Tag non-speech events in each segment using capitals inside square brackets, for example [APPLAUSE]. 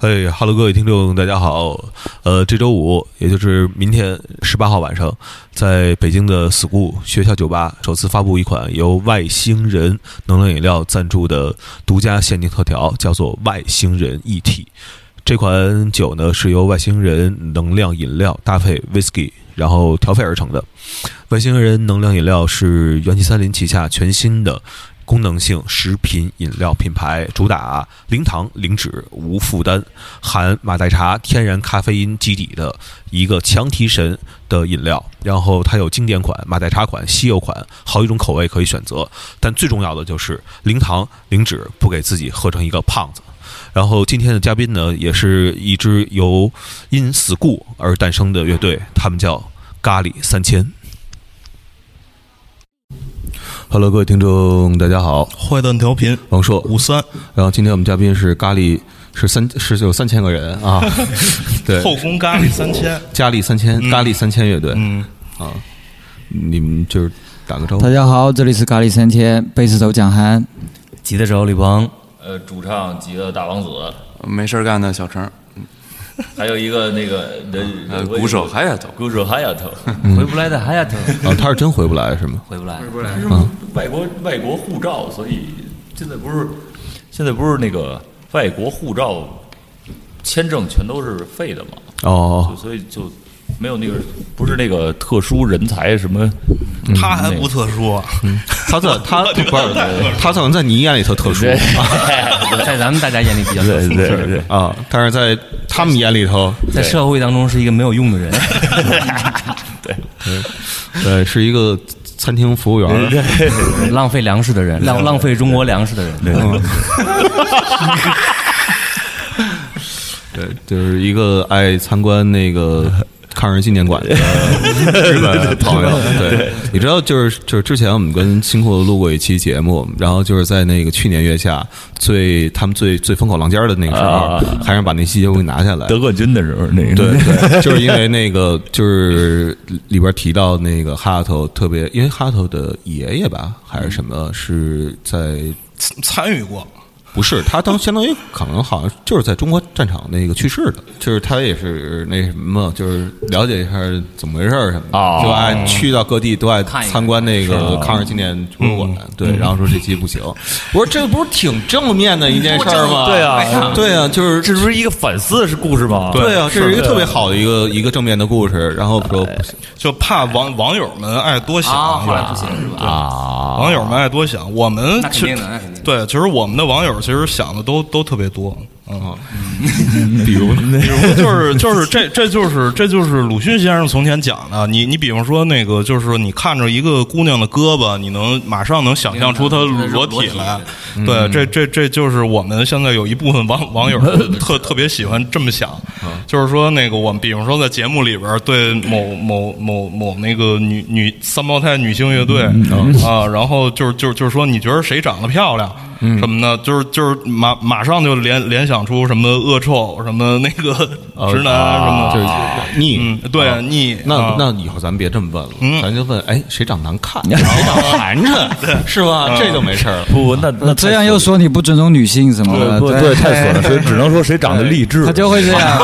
嘿哈喽，哎各位听众，大家好。呃，这周五，也就是明天十八号晚上，在北京的 School 学校酒吧首次发布一款由外星人能量饮料赞助的独家限定特调，叫做“外星人一体”。这款酒呢是由外星人能量饮料搭配 whisky，然后调配而成的。外星人能量饮料是元气森林旗下全新的功能性食品饮料品牌，主打零糖、零脂、无负担，含马黛茶、天然咖啡因基底的一个强提神的饮料。然后它有经典款、马黛茶款、西柚款，好几种口味可以选择。但最重要的就是零糖、零脂，不给自己喝成一个胖子。然后今天的嘉宾呢，也是一支由因死故而诞生的乐队，他们叫咖喱三千。Hello，各位听众，大家好，坏蛋调频王硕。五三然后今天我们嘉宾是咖喱，是三是有三千个人 [LAUGHS] 啊，对，后宫咖喱三 [LAUGHS] 千，咖喱三千，咖喱三千乐队，啊嗯，你们就是打个招呼大。家好，这里是咖喱三千，贝斯手蒋涵。吉他手李鹏，呃，主唱几个大王子，没事儿干的小程，还有一个那个呃，人鼓手还在走，鼓手还要头，回不来的还要疼，啊，他是真回不来是吗？回不来。外国外国护照，所以现在不是现在不是那个外国护照签证全都是废的嘛，就哦，所以就没有那个不是那个特殊人才什么，他嗯还不特殊啊，他 [LAUGHS] 在他不是他可能在你眼里头特殊在咱们大家眼里比较特殊，对，啊，但是在他们眼里头，在社会当中是一个没有用 [LAUGHS] 的人。对，是一个餐厅服务员。浪费粮食的人，浪浪费中国粮食的人，对，就是一个爱参观那个抗日纪念馆的日本朋友。对，你知道，就是就是之前我们跟新裤子录过一期节目，然后就是在那个去年月下最他们最最风口浪尖儿的那个时啊候，还是把那期节目给拿下来。得冠军的时候那个对，对，就是因为那个，就是里边提到那个哈头特别，因为哈头的爷爷吧，还是什么，是在参与过，不是，他当相当于可能好像就是在中国战场那个去世的，就是他也是那什么，就是了解一下怎么回事儿什么的，哦就爱去到各地都爱看一看参观那个抗日纪念图书馆，对，然后说这期不行，我说这不是挺正面的一件事 [LAUGHS] 儿吗？对啊对啊，就是这不是一个反思的故事吗？对啊，这是一个特别好的一个一个正面的故事，然后说不行就怕网网友们爱多想，啊，是后来吧不行是吧？啊网友们爱多想，我们那肯其定实的，那肯定的。对，其实我们的网友其实想的都都特别多，嗯，哦 [LAUGHS] 比如比如就是就是这这就是这就是鲁迅先生从前讲的，你你比方说那个就是说你看着一个姑娘的胳膊，你能马上能想象出她裸体来，对，这这这就是我们现在有一部分网网友特特别喜欢这么想，嗯就是说那个我们比方说在节目里边儿对某某某某那个女女三胞胎女性乐队啊，然后就是就是就是说你觉得谁长得漂亮？什么的，就是就是马马上就联联想出什么恶臭，什么那个直男什么的，哦啊就是腻，嗯，对，你那啊那以后咱们别这么问了，嗯咱就问，哎，谁长难 [LAUGHS] 看，谁长寒碜，是吧？这就没事儿了。不，那那这样又说你不尊重女性什么啊的，不对，太损了，谁只能说谁长得哎励志，他就会这 [LAUGHS] 样。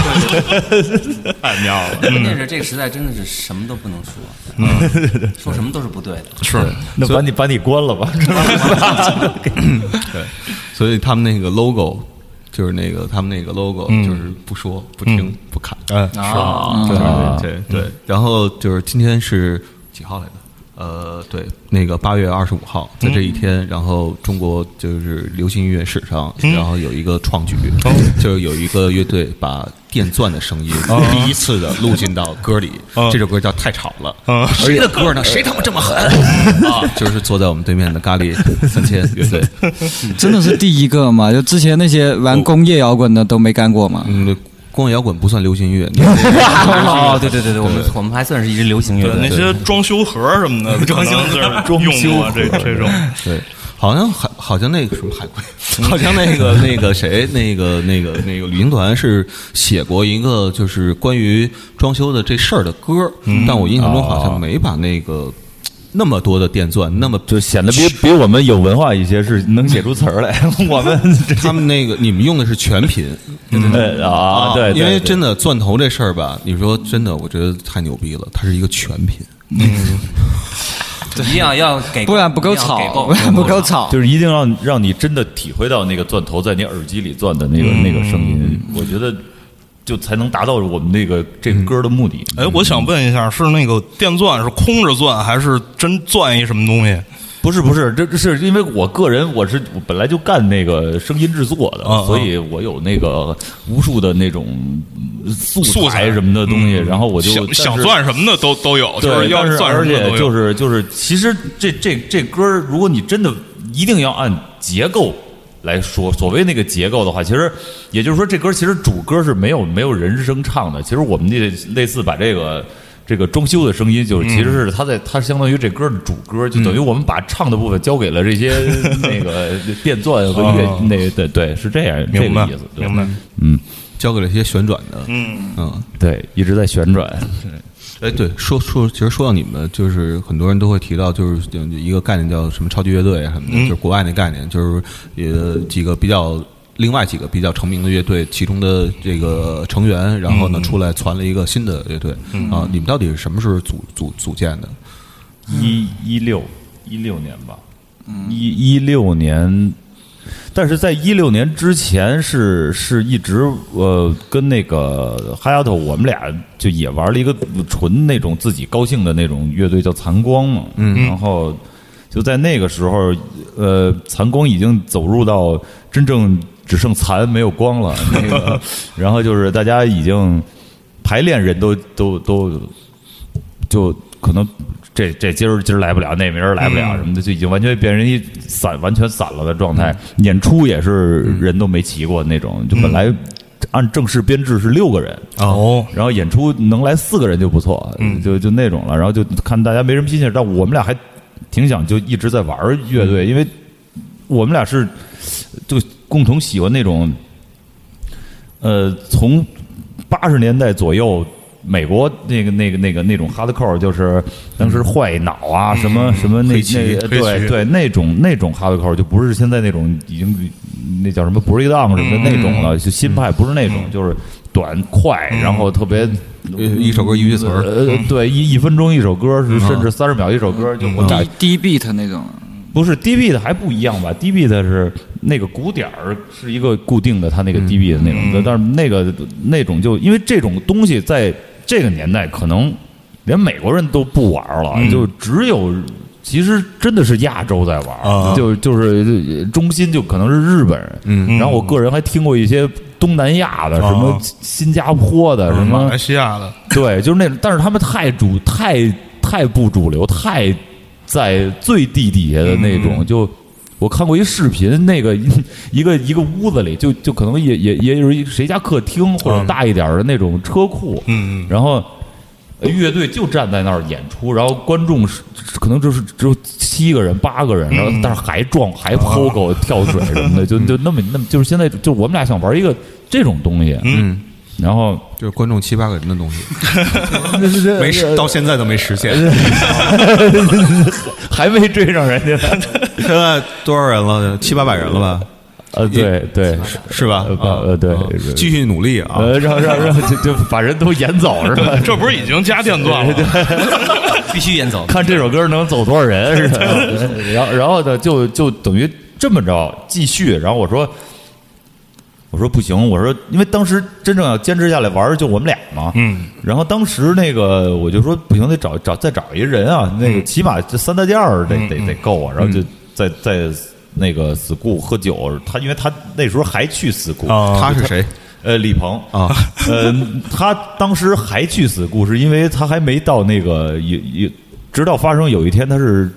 [LAUGHS] 太妙了。关键是这个时代真的是什么都不能说，嗯嗯说什么都是不对的。是那把你把你关了吧，对，所以他们那个 logo 就是那个他们那个 logo 就是不说不听不看，嗯嗯啊，对对对。然后就是今天是几号来着？呃，对，那个八月二十五号，在这嗯一天，然后中国就是流行音乐史上，嗯然后有一个创举，哦就是有一个乐队把电钻的声音哦第一次的录进到歌里，这首歌叫《太吵了》，哦谁的歌呢？谁他妈这么狠啊？就是坐在我们对面的咖喱三千乐队，嗯真的是第一个嘛？就之前那些玩工业摇滚的都没干过嘛？嗯，光摇滚不算流行音乐， [LAUGHS] 你哦，对对对对，我们我们还算是一支流行乐对那队，些装修盒什么的，装修就是用过这这种，对，好像海，好像那个什么 [LAUGHS] 海龟，好像那个那个谁，那个那个那个旅行团是写过一个嗯哦就是关于装修的这事儿的歌，但我印象中好像没把那个。那么多的电钻，那么 [LAUGHS] 就显得比比我们有文化一些，是能写出词 [LAUGHS] 儿来。我们这他们那个你们用的是全频呃啊，对，因为对对真的钻头这事儿吧，你说真的，我觉得太牛逼了，它是一个全频。一定要要给够，不然不够一定要给吵，够不 [LAUGHS] 然不嗯够。吵。就是一定让让你真的体会到那个钻头在你耳机里钻的那个、那个声音，我觉得就才能达到我们那个这个歌的目的。哎，我想问一下，是那个电钻是空着钻，还是真钻一什么东西？不是不是，这这是因为我个人我是我本来就干那个声音制作的，嗯嗯所以我有那个无数的那种嗯素素材什么的东西，嗯然后我就想但想是钻什么的都都有，就对，要但是钻什而么的都有。且就是就是，其实这这这歌儿，如果你真的一定要按结构来说，所谓那个结构的话，其实也就是说，这歌儿其实主歌是没有没有人声唱的。其实我们那类似把这个。这个装修的声音就嗯是，其实是它在它相当于这歌儿的主歌，就等于我们把唱的部分交给了这 [LAUGHS] 些那个电钻和乐哦那对对是这样这个明白意思，，对明白。交给了一些旋转的，嗯嗯，对一直在旋转，哎，对，说说，其实说到你们，就是很多人都会提到，就是有一个概念叫什么超级乐队啊什么的，就是国外那概念，就是呃几个比较。另外几个比较成名的乐队，其中的这个成员，然后呢出来传了一个新的乐队啊！你们到底是什么时候组组组建的？一一六一六年吧，一一六年，但是在一六年之前是是一直呃跟那个哈丫头我们俩就也玩了一个纯那种自己高兴的那种乐队叫残光嘛，嗯，然后就在那个时候，呃，残光已经走入到真正只剩残没有光了，那个，然后就是大家已经排练人都都都就可能这这今儿今儿来不了，那明儿来不了什么的，就已经完全变成一散完全散了的状态。演出也是人都没齐过那种，就本来按正式编制是六个人，哦，然后演出能来四个人就不错，嗯就就那种了。然后就看大家没什么心情，但我们俩还挺想就一直在玩乐嗯队，因为我们俩是就共同喜欢那种，呃，从八十年代左右。美国那个、那个、那个、那种哈德 r e 就是当时坏脑啊，什么什么那嗯黑旗那黑旗对对那种那种哈德 r e 就不是现在那种已经那叫什么 breakdown 什么嗯的那种了，就新派不是那种，就是短快，然后特别呃嗯一首歌一句词儿，嗯呃，对，一一分钟一首歌，是甚至三十秒一首歌，就我俩低低 beat 那种，不是 D B 的还不一样吧？D B 的是那个鼓点儿是一个固定的，它那个 D B 的那嗯种，但是那个那种就因为这种东西在这个年代可能连美国人都不玩了，嗯就只有。其实真的是亚洲在玩，啊就就是呃中心就可能是日本人，嗯然后我个人还听过一些东南亚的，什么啊新加坡的，什马么来西亚的，对，就是那种，但是他们太主太太不主流，太在最地底下的那种。就我看过一视频，那个一个一个屋子里，就就可能也也也有一谁家客厅或者大一点的那种车库，嗯，然后。乐队就站在那儿演出，然后观众是可能就是只有七个人、八个人，然后但是还撞、还 POGO、跳水什么的， [LAUGHS] 就就那么那么就是现在就我们俩想玩一个这种东西，嗯，然后就是观众七八个人的东西，没没实到现在都没实现。还没追上人家呢。现在 [LAUGHS] 多少人了？七八百人了吧？呃，对对，是吧呃？不啊呃对啊是继续努力啊！呃，让让让就就把人都演走是吧？这不是已经加电钻了吗？必须演走。 [LAUGHS] 看这首歌能走多少人是吧？ [LAUGHS] 然后然后呢，就就等于这么着继续。然后我说，我说不行，我说因为当时真正要坚持下来玩儿就我们俩嘛，嗯，然后当时那个我就说不行，得找找再找一人啊，那个起码这三大件儿得得得够啊，然后就在在那个 school 喝酒，他因为他那时候还去 school，啊他是谁？呃，李鹏啊，呃，他当时还去死故事，因为他还没到那个也也，直到发生有一天他是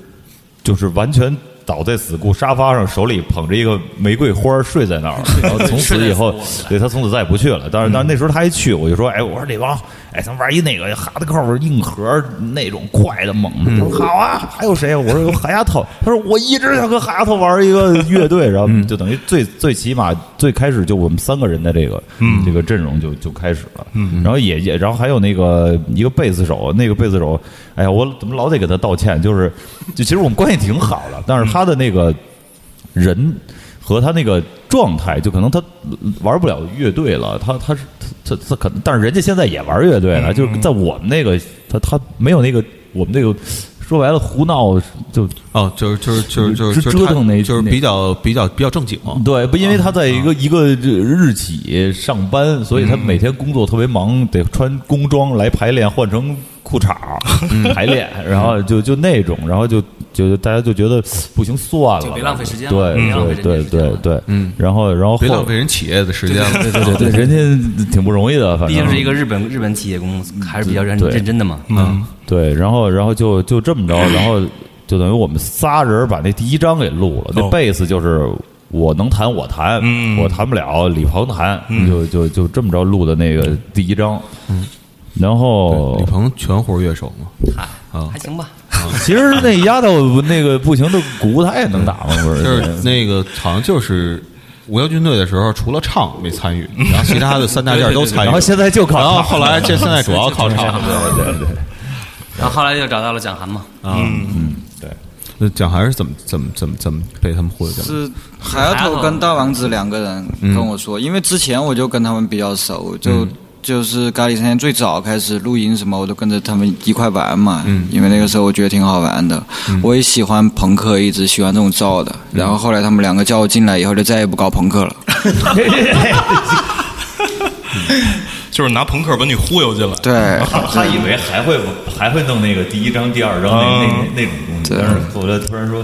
就是完全倒在死故沙发上，手里捧着一个玫瑰花儿睡在那儿，然后从此以后，对他从此再也不去了。但是但是那时候他还去，我就说，哎，我说这帮，哎，咱玩一那个哈德克尔硬核那种快的猛的。他说好啊，还有谁啊？我说有海丫头，他说我一直想跟海丫头玩一个乐队，然后就等于最最起码最开始就我们三个人的这个这个阵容就就开始了，然后也也然后还有那个一个贝斯手，那个贝斯手，哎呀，我怎么老得给他道歉？就是就其实我们关系挺好的，但是他的那个人和他那个状态，就可能他玩不了乐队了，他他是他他他可能，但是人家现在也玩乐队了，就是在我们那个他他没有那个我们那个说白了胡闹就哦，就是就是就是就是折就是他折腾那就是那嗯比较比较比较正经，对，不因为他在一个、啊一个日企上班，所以嗯他每天工作特别忙，得穿工装来排练，换成裤衩儿、嗯排练，然后就就那种，然后就就大家就觉得不行，算了吧，就别浪费时间了对别浪费对对人家时间对了对，嗯，然后然后别浪后费人企业的时间了。对对对，人家挺不容易的，反正毕竟是一个日本日本企业公司，还是比较认对认真的嘛。嗯，对，然后然后就就这么着，然后就等于我们仨人把那第一章给录了。那哦贝斯就是我能弹我弹，嗯我弹不了李鹏弹，就就就这么着录的那个第一章。然后李鹏全活乐手嘛，嗨，嗯还行吧。其实那丫头那个不行的鼓她也能打嘛，不是？就是那个好像就是五幺军队的时候，除了唱没参与，然后其他的三大件都参与。然后现在就靠然后她哦后来这现在主要靠唱。然后后来又找到了蒋涵嘛，那蒋还是怎么怎么怎么怎么被他们忽悠掉的？是海丫头跟大王子两个人嗯跟我说，因为之前我就跟他们比较熟，就、就是咖喱三天最早开始录音什么，我都跟着他们一块玩嘛。嗯因为那个时候我觉得挺好玩的，我也喜欢朋克，一直喜欢这种燥的。嗯然后后来他们两个叫我进来以后，就再也不搞朋克 [LAUGHS] 了。就是拿朋克把你忽悠进来。对，她她以为还会还会弄那个第一章、第二章那那那种东西，对但是后来突然说：“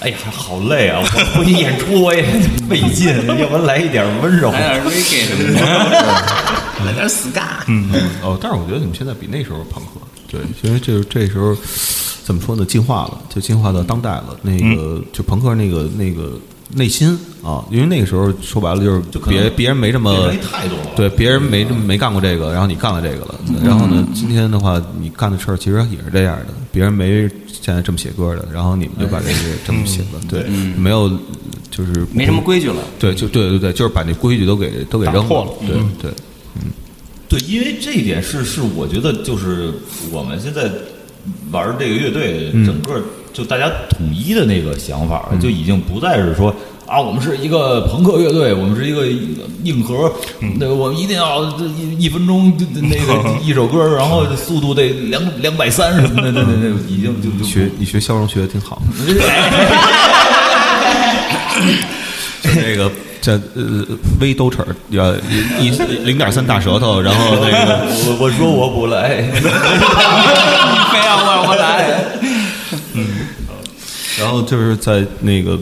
哎呀，好累啊！我回去演出我也费劲，要不然来一点温柔。”点 reggae 什么的，来点 ska。哦，但是我觉得你们现在比那时候朋克，对，因为这这时候怎么说呢，进化了，就进化到当代了。那嗯个就朋克那个那个内心啊，因为那个时候说白了就是别别人没这么态度了对，别人没这么没干过这个，然后你干了这个了。然后呢，今天的话，你干的事儿其实也是这样的，别人没现在这么写歌的，然后你们就把这个这么写了，对，没有就是没什么规矩了，对，就对对对，就是把那规矩都给都给打扔破了对对，对，因为这一点是是我觉得就是我们现在玩这个乐队，嗯整个就大家统一的那个想法，就已经不再是说啊，我们是一个朋克乐队，我们是一个硬核，嗯那个我们一定要这一一分钟那 [LAUGHS] 个一首歌，然后速度得两两百三什么的，那那那已经就就学你学笑容学的挺 [LAUGHS] 好。就那个这呃微兜齿儿，呃一零点三大舌头，然后那个我我说我不 [LAUGHS] 来，非要我我来。嗯然后就是在那个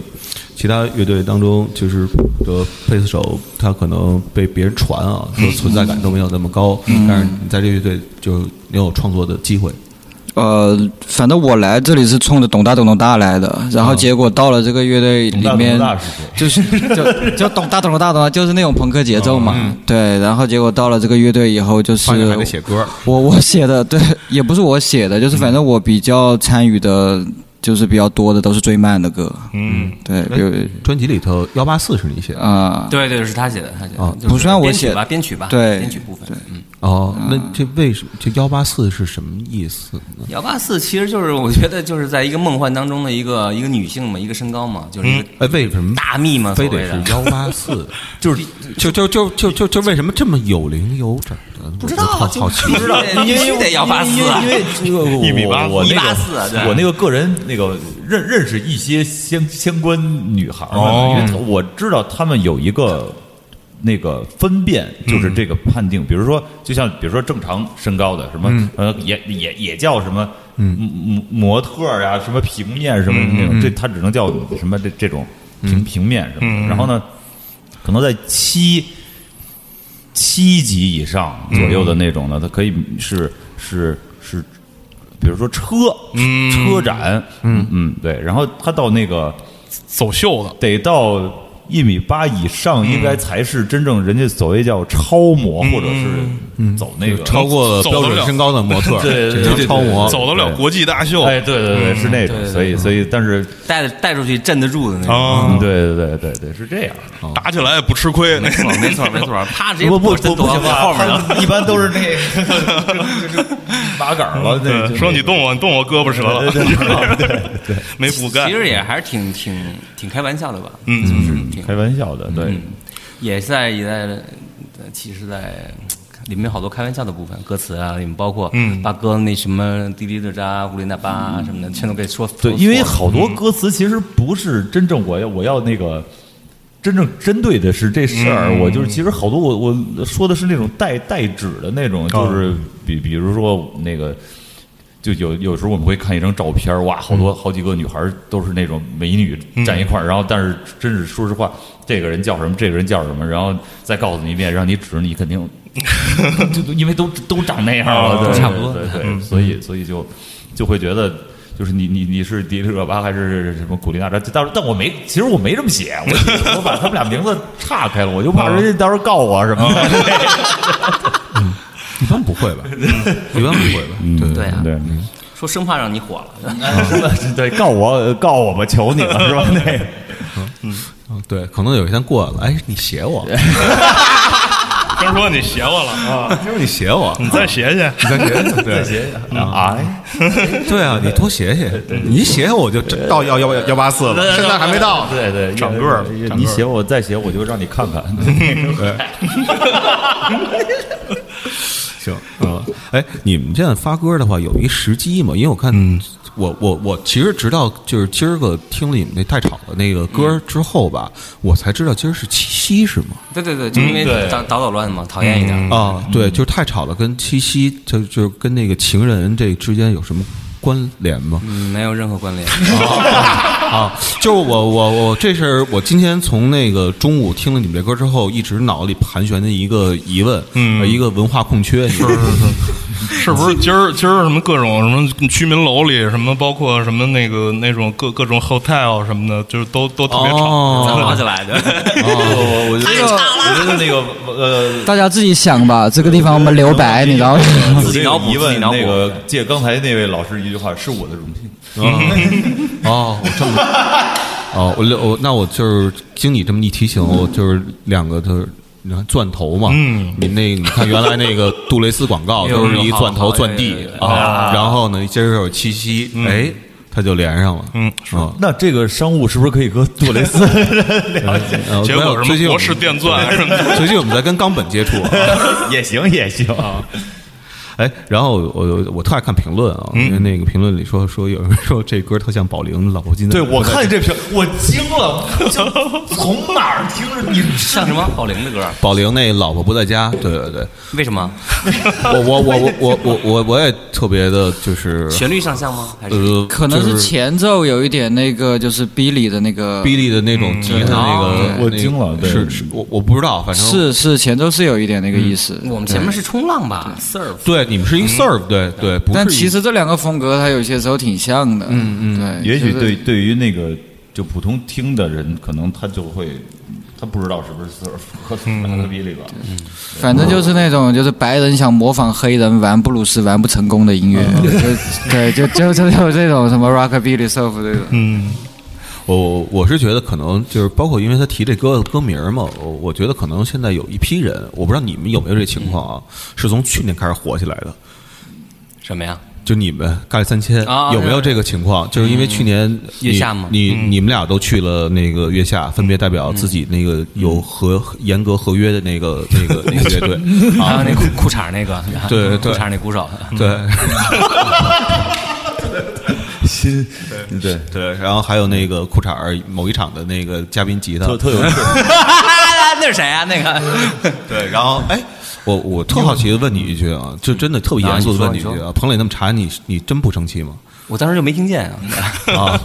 其他乐队当中，就是的贝斯手他可能被别人传啊，嗯说存在感都没有那么高，但是你在这乐队就你有创作的机会。呃，反正我来这里是冲着懂大懂懂大来的，然后结果到了这个乐队里面哦懂大懂大是谁，就是就就懂大懂大懂大，就是那种朋克节奏嘛。对，然后结果到了这个乐队以后，就是发现还得写歌，我我写的，对，也不是我写的，就是反正我比较参与的，就是比较多的都是最慢的歌。嗯，对，比如专辑里头幺八四是你写的嗯啊、对对，是他写的，他写的哦。就是不算我写编曲吧，编曲吧，对编曲部分。嗯，哦，那这为什么这幺八四是什么意思呢？幺八四其实就是我觉得就是在一个梦幻当中的一个一个女性嘛，一个身高嘛，就是一个嗯哎，为什么大蜜嘛，非所谓得的是幺八四？就是就就就就就就为什么这么有零有整的？不不知道，好奇。 [LAUGHS] 不知道，必须得幺八四啊，因为因为因为一米八哎我我那个184对我那个个人那个认认识一些相相关女孩儿们，哦因为我知道她们有一个那个分辨，就是嗯这个判定，比如说就像比如说正常身高的什么、嗯呃也也也叫什么模模特儿啊呀、什么平面什么嗯那种，这她只能叫什么这这种平平面什嗯么的，然后呢，可能在七。七级以上左右的那种呢，它可以是是是，比如说车、车展，嗯嗯，对。然后它到那个走秀的，得到一米八以上，应该才是真正人家所谓叫超模，或者是走那个超过标准身高的模特，对对对这叫超模，走得了国际大秀。哎，对对对，是那种，所以所以，但是，带着带出去镇得住的那种。啊，对对对对对，是这样。打起来也不吃亏，那没错没错没错，啪直接不不真不不躲行到吧？后面了。他们一般都是那个就是麻杆儿了，那就嗯说你动我，你动我胳膊折了，对对对，没补其钙。实也还是挺挺挺开玩笑的吧，嗯就是挺开玩笑的，对嗯，也在也在，呃其实在里面有好多开玩笑的部分，歌词啊，里面包括嗯把歌那什么滴滴的渣、胡林的巴啊什么的，全都给说对，说因为错了好多歌词其实不是真正我要我要那个。真正针对的是这事儿，我就是其实好多我我说的是那种代代指的那种，就是比比如说那个，就有有时候我们会看一张照片儿，哇，好嗯多好几个女孩儿都是那种美女站一块儿，然后但是真是说实话，这个人叫什么，这个人叫什么，然后再告诉你一遍，让你指着你肯 [LAUGHS] 定就就因为都都长那样了，对哦差不多嗯对对对，所以所以就就会觉得。就是你你你是迪丽热巴还是什么古力娜扎？但是但我没，其实我没这么写，我我把他们俩名字岔开了，我就怕哦人家到时候告我什么的。一般不会吧？一般不会吧？对啊，对 [LAUGHS] 说生怕让你火了，对，告我告我吧，求你了， [LAUGHS] 是吧？那个嗯对，可能有一天过来了，哎，你写我，听说你邪我了，他说你写我，你再邪邪。你再写，再写，啊，对啊，你多写写，你一写我就真到幺幺幺八四了，现在还没到。对对，长个儿你写我再写，我就让你看 [LAUGHS] 看。行，嗯，哎，你们现在发歌的话有一时机吗？因为我看，我我我其实直到就是今儿个听了你们那太吵的那个歌之后吧，我才知道今儿是七夕是吗？对对对，就因为对捣捣捣乱嘛，讨厌一点。啊，对，就是太吵了，跟七夕就就是跟那个情人这之间有什么关联吗？嗯，没有任何关联。啊， [LAUGHS] 就是我我我这是我今天从那个中午听了你们这歌之后，一直脑里盘旋的一个疑问，嗯，一个文化空缺，是是不是今儿今儿什么各种什么居民楼里什么，包括什么那个那种各各种 hotel 什么的，就是都都特别吵。咱哦聊起来的， [LAUGHS] 我我觉得我觉得那个呃，大家自己想吧，这个地方我们留白，你知道吗？自己脑补疑自己问脑补那个借刚才那位老师一句话，是我的荣幸。哦，我这么。哦，我留我那我就是经你这么一提醒，我就是两个就是你看钻头嘛，嗯，你那你看原来那个杜蕾斯广哎告有都是一有钻头好钻地有有有啊，然后呢今儿又有七夕，嗯哎，它就连上了，嗯啊，那这个商务是不是可以和杜蕾斯聊一下？呃结没有果什最近么博我们士电钻什么的，最近我们在跟冈本接触啊， [LAUGHS] 也行也行哎，然后我我我特爱看评论啊，因为那个评论里说说有人说这歌特像宝玲老婆金的，对，我看这评， [LAUGHS] 我惊了，就从哪儿听着你是像什么郝玲的歌， [LAUGHS] 宝玲那老婆不在家，对对对，为什么我我我我我我我我也特别的就是旋律上像吗？还是呃，可能就是前奏有一点那个，就是逼里的那个，比利的那种吉他那嗯个，我那个惊了对是是，我我不知道，反正是是前奏是有一点那个意思。嗯我们前面是冲浪吧，surf。对你们是一 serve，对对，不是但一其实这两个风格它有些时候挺像的，嗯嗯，对，也许就是对对于那个就普通听的人，可能他就会他不知道是不是斯尔夫和和比利吧。反正就是那种，就是白人想模仿黑人玩布鲁斯玩不成功的音乐，就对，就就就有这种什么 rockabilly surf 这种。我我我是觉得可能就是包括因为他提这歌歌名儿嘛，我我觉得可能现在有一批人，我不知道你们有没有这情况啊，是从去年开始火起来的。什么呀？就你们盖三千啊有没有这个情况？就是因为去年月你下嘛你你们俩都去了那个月下，分别代表自己那个有合严格合约的那个那个那个乐队还有啊，那裤裤衩那个，对对 [LAUGHS] 裤衩那鼓手，对新对，对，然后还有那个裤衩儿某一场的那个嘉宾吉他特，特有趣。 [LAUGHS] 那是谁啊？那个 [LAUGHS] [LAUGHS] 对，然后哎，我我特好奇的问你一句啊，就真的特别严肃的问你一啊句你说啊，彭磊那么查你，你真不生气 [LAUGHS] 吗？我当时就没听见啊。 [COUGHS] 啊，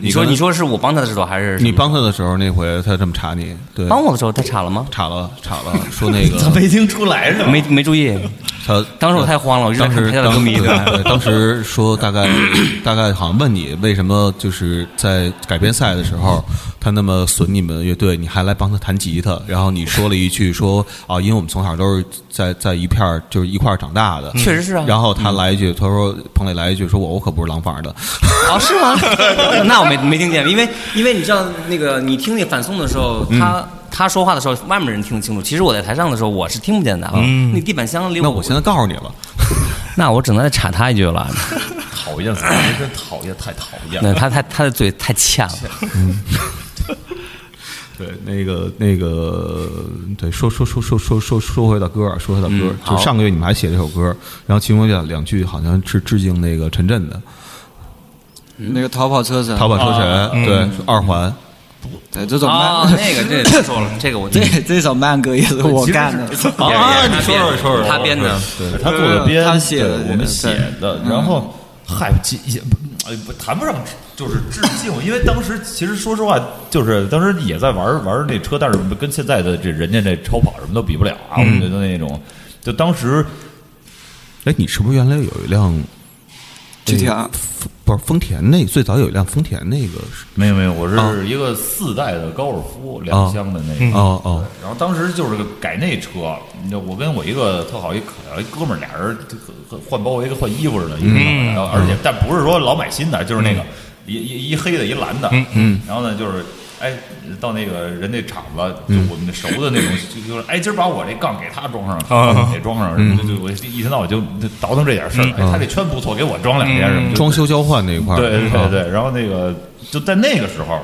你说刚才你说是我帮他的时候还是什么你帮他的时候那回他这么查你，对，帮我的时候他查了吗？ [LAUGHS] 查了查了，说那个嗯没听出来是吧？没没注意，他当时我太慌了，我就在当看时台下的歌迷，对吧对当时说大概大概好像问你为什么就是在改编赛的时候他那么损你们乐队，你还来帮他弹吉他，然后你说了一句说啊，因为我们从小都是在在一片儿就是一块儿长大的，确实是啊然后他来一句，他说彭磊来一句说我我可不是廊坊的，哦，是吗？ [LAUGHS] 那我没没听见，因为因为你知道那个，你听那反送的时候，他他说话的时候，外面人听得清楚。其实我在台上的时候，我是听不见的啊。那地板箱离那我现在告诉你了，那我只能再插他一句了。讨厌死了，真讨厌，太讨厌了。那他他他的嘴太欠了，对，那个那个，对，说说说说说说说回到歌啊，说回到歌，嗯就上个月你们还写了一首歌，然后其中两两句好像是致敬那个陈震的那个逃跑车神， 《逃跑车啊神》，嗯对，二环，对这种哦慢，， [LAUGHS] 那个这个说了，这个我这这首慢歌也是我干的，啊，你说说说说，他编的，对他做的编，他写的对我们写的，嗯然后嗨，这也不哎不谈不上就是致敬，因为当时其实说实话，就是当时也在玩玩那车，但是跟现在的这人家这超跑什么都比不了啊，我嗯觉得那种，就当时哎，你是不是原来有一辆 GTR 哎丰不是丰田那最早有一辆丰田那个是没有没有，我啊是一个四代的高尔夫两厢的那个。哦哦，然后当时就是改那车，你知道，我跟我一个特好一一哥们儿，俩人就和换包围跟换衣服似的，一个然后而且但不是说老买新的，就是那个一一一黑的，一蓝的，嗯，然后呢就是。哎，到那个人那厂子，就我们熟的那种，就就是哎，今儿把我这杠给他装上，给装上，什么就就我一天到晚就就倒腾这点事儿。哎，他这圈不错，给我装两天什么，就装修交换那一块儿，对对啊，对，然后那个就在那个时候，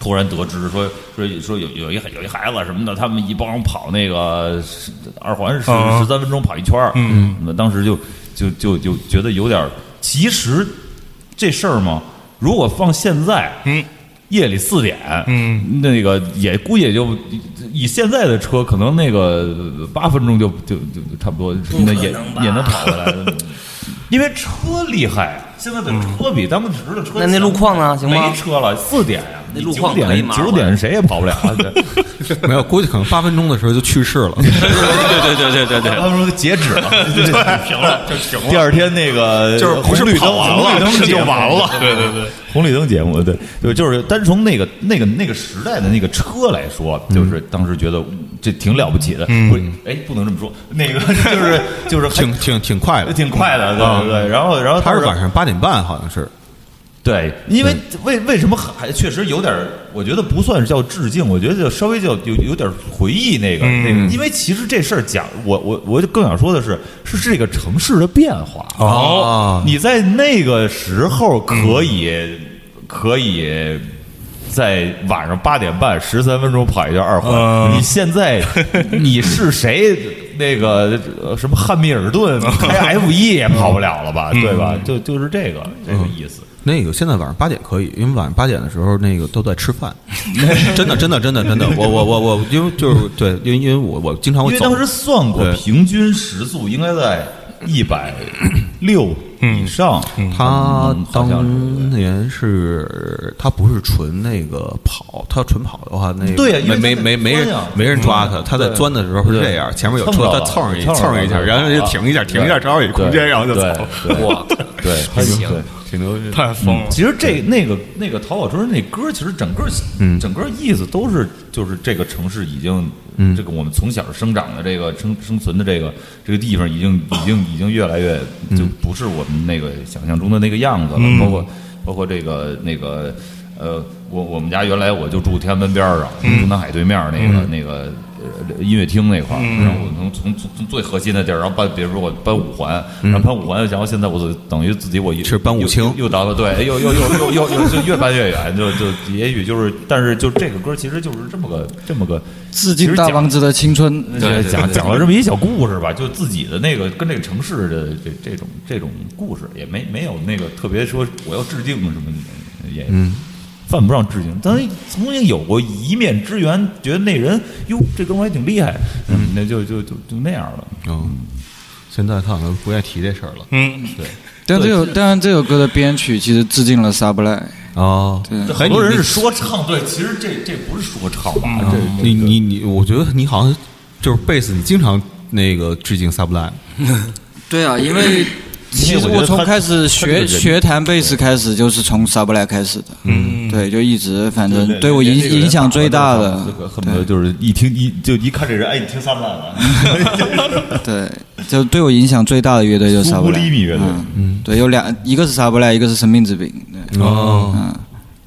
突然得知说说说有有一有一孩子什么的，他们一帮跑那个十二环十啊十三分钟跑一圈儿，嗯，那当时就就就就觉得有点儿，其实这事儿嘛，如果放现在，嗯。夜里四点，嗯，那个也估计也就以现在的车，可能那个八分钟就就就就差不多，那也也能跑回来。因为车厉害，现在的车比当时的车强。那那路况呢行吗没车了，四点呀，那你路况九可以点吗九点谁也跑不了。对没有，估计可能八分钟的时候就去世 [LAUGHS] 了。对对对对对他们说截止了，对，停了就停了。第二天那个就是不是红绿灯跑完了红绿灯是就节目完了对对对，红绿灯节目对对，就是单从那个那个那个时代的那个车来说，就是当时觉得嗯这挺了不起的。不是，哎，不能这么说，那个就是就是还挺挺挺快的，挺快的，对对对。然后然后他是当时晚上八点半，好像是对，因为为为什么还确实有点儿，我觉得不算是叫致敬，我觉得就稍微叫有有点儿回忆那个、那个，因为其实这事儿讲，我我我就更想说的是，是这个城市的变化。哦你在那个时候可以、可以。在晚上八点半十三分钟跑一圈二环，你现在你是谁？那个呃什么汉密尔顿开 F 一也跑不了了吧？对吧？就就是这个这个意思。那个现在晚上八点可以，因为晚上八点的时候那个都在吃 [LAUGHS] 饭，真的真的真的真的，我我我我因为就是对，因为因为我我经常因会为走当时算过，对平均时速应该在一百六以上。他嗯好像是当年是他不是纯那个跑，他纯跑的话，那个对啊呀因为没他在没没没钻人呀没人抓他，他在对钻的时候是这对样，前面有蹭车，着他了蹭上一蹭着蹭上一了下，对然后就啊停一下，停一下，对正好有空间，然后就走了。对哇，对，还行。对挺牛逼。太疯了。其实这那个那个《逃跑车》那歌，其实整个嗯整个意思都是就是这个城市已经，嗯这个我们从小生长的这个生生存的这个这个地方，已经已经已经越来越嗯就不是我们那个想象中的那个样子了，包括包括这个那个呃，我我们家原来我就住天安门边儿上，嗯中南海对面儿那个那个。呃音乐厅那块儿，嗯然后我从从从从最核心的地儿，然后搬，比如说我搬五环，嗯然后搬五环，然后现在我就等于自己我一是搬五清又又又到了对，又又又又又又就越搬越远，就就也许就是，但是就这个歌其实就是这么个这么个致敬大王子的青春。对讲讲了这么一小故事吧，就自己的那个跟这个城市的这这种这种故事，也没没有那个特别说我要致敬什么的，也嗯犯不上致敬。咱曾经有过一面之缘，觉得那人哟这哥们儿还挺厉害，嗯，那就就就就那样了。嗯，现在他好像不愿意提这事儿了。嗯，但这首当然这首歌的编曲其实致敬了《杀不赖》，哦，对很多人是说唱，对，其实这这不是说唱吧？这你你你，我觉得你好像就是贝斯，你经常那个致敬萨布莱。对啊，因为其实我从开始学学弹贝斯开始，就是从 s u b l 开始的。嗯，对，就一直反正嗯对我影影响最大的。恨不得就是一听一就一看这人，哎，你听萨布莱吧，对，就对我影响最大的乐队就是苏萨布布利莱。米乐队，嗯，对，有两，一个是萨布莱，一个是生命之饼。对，哦，嗯，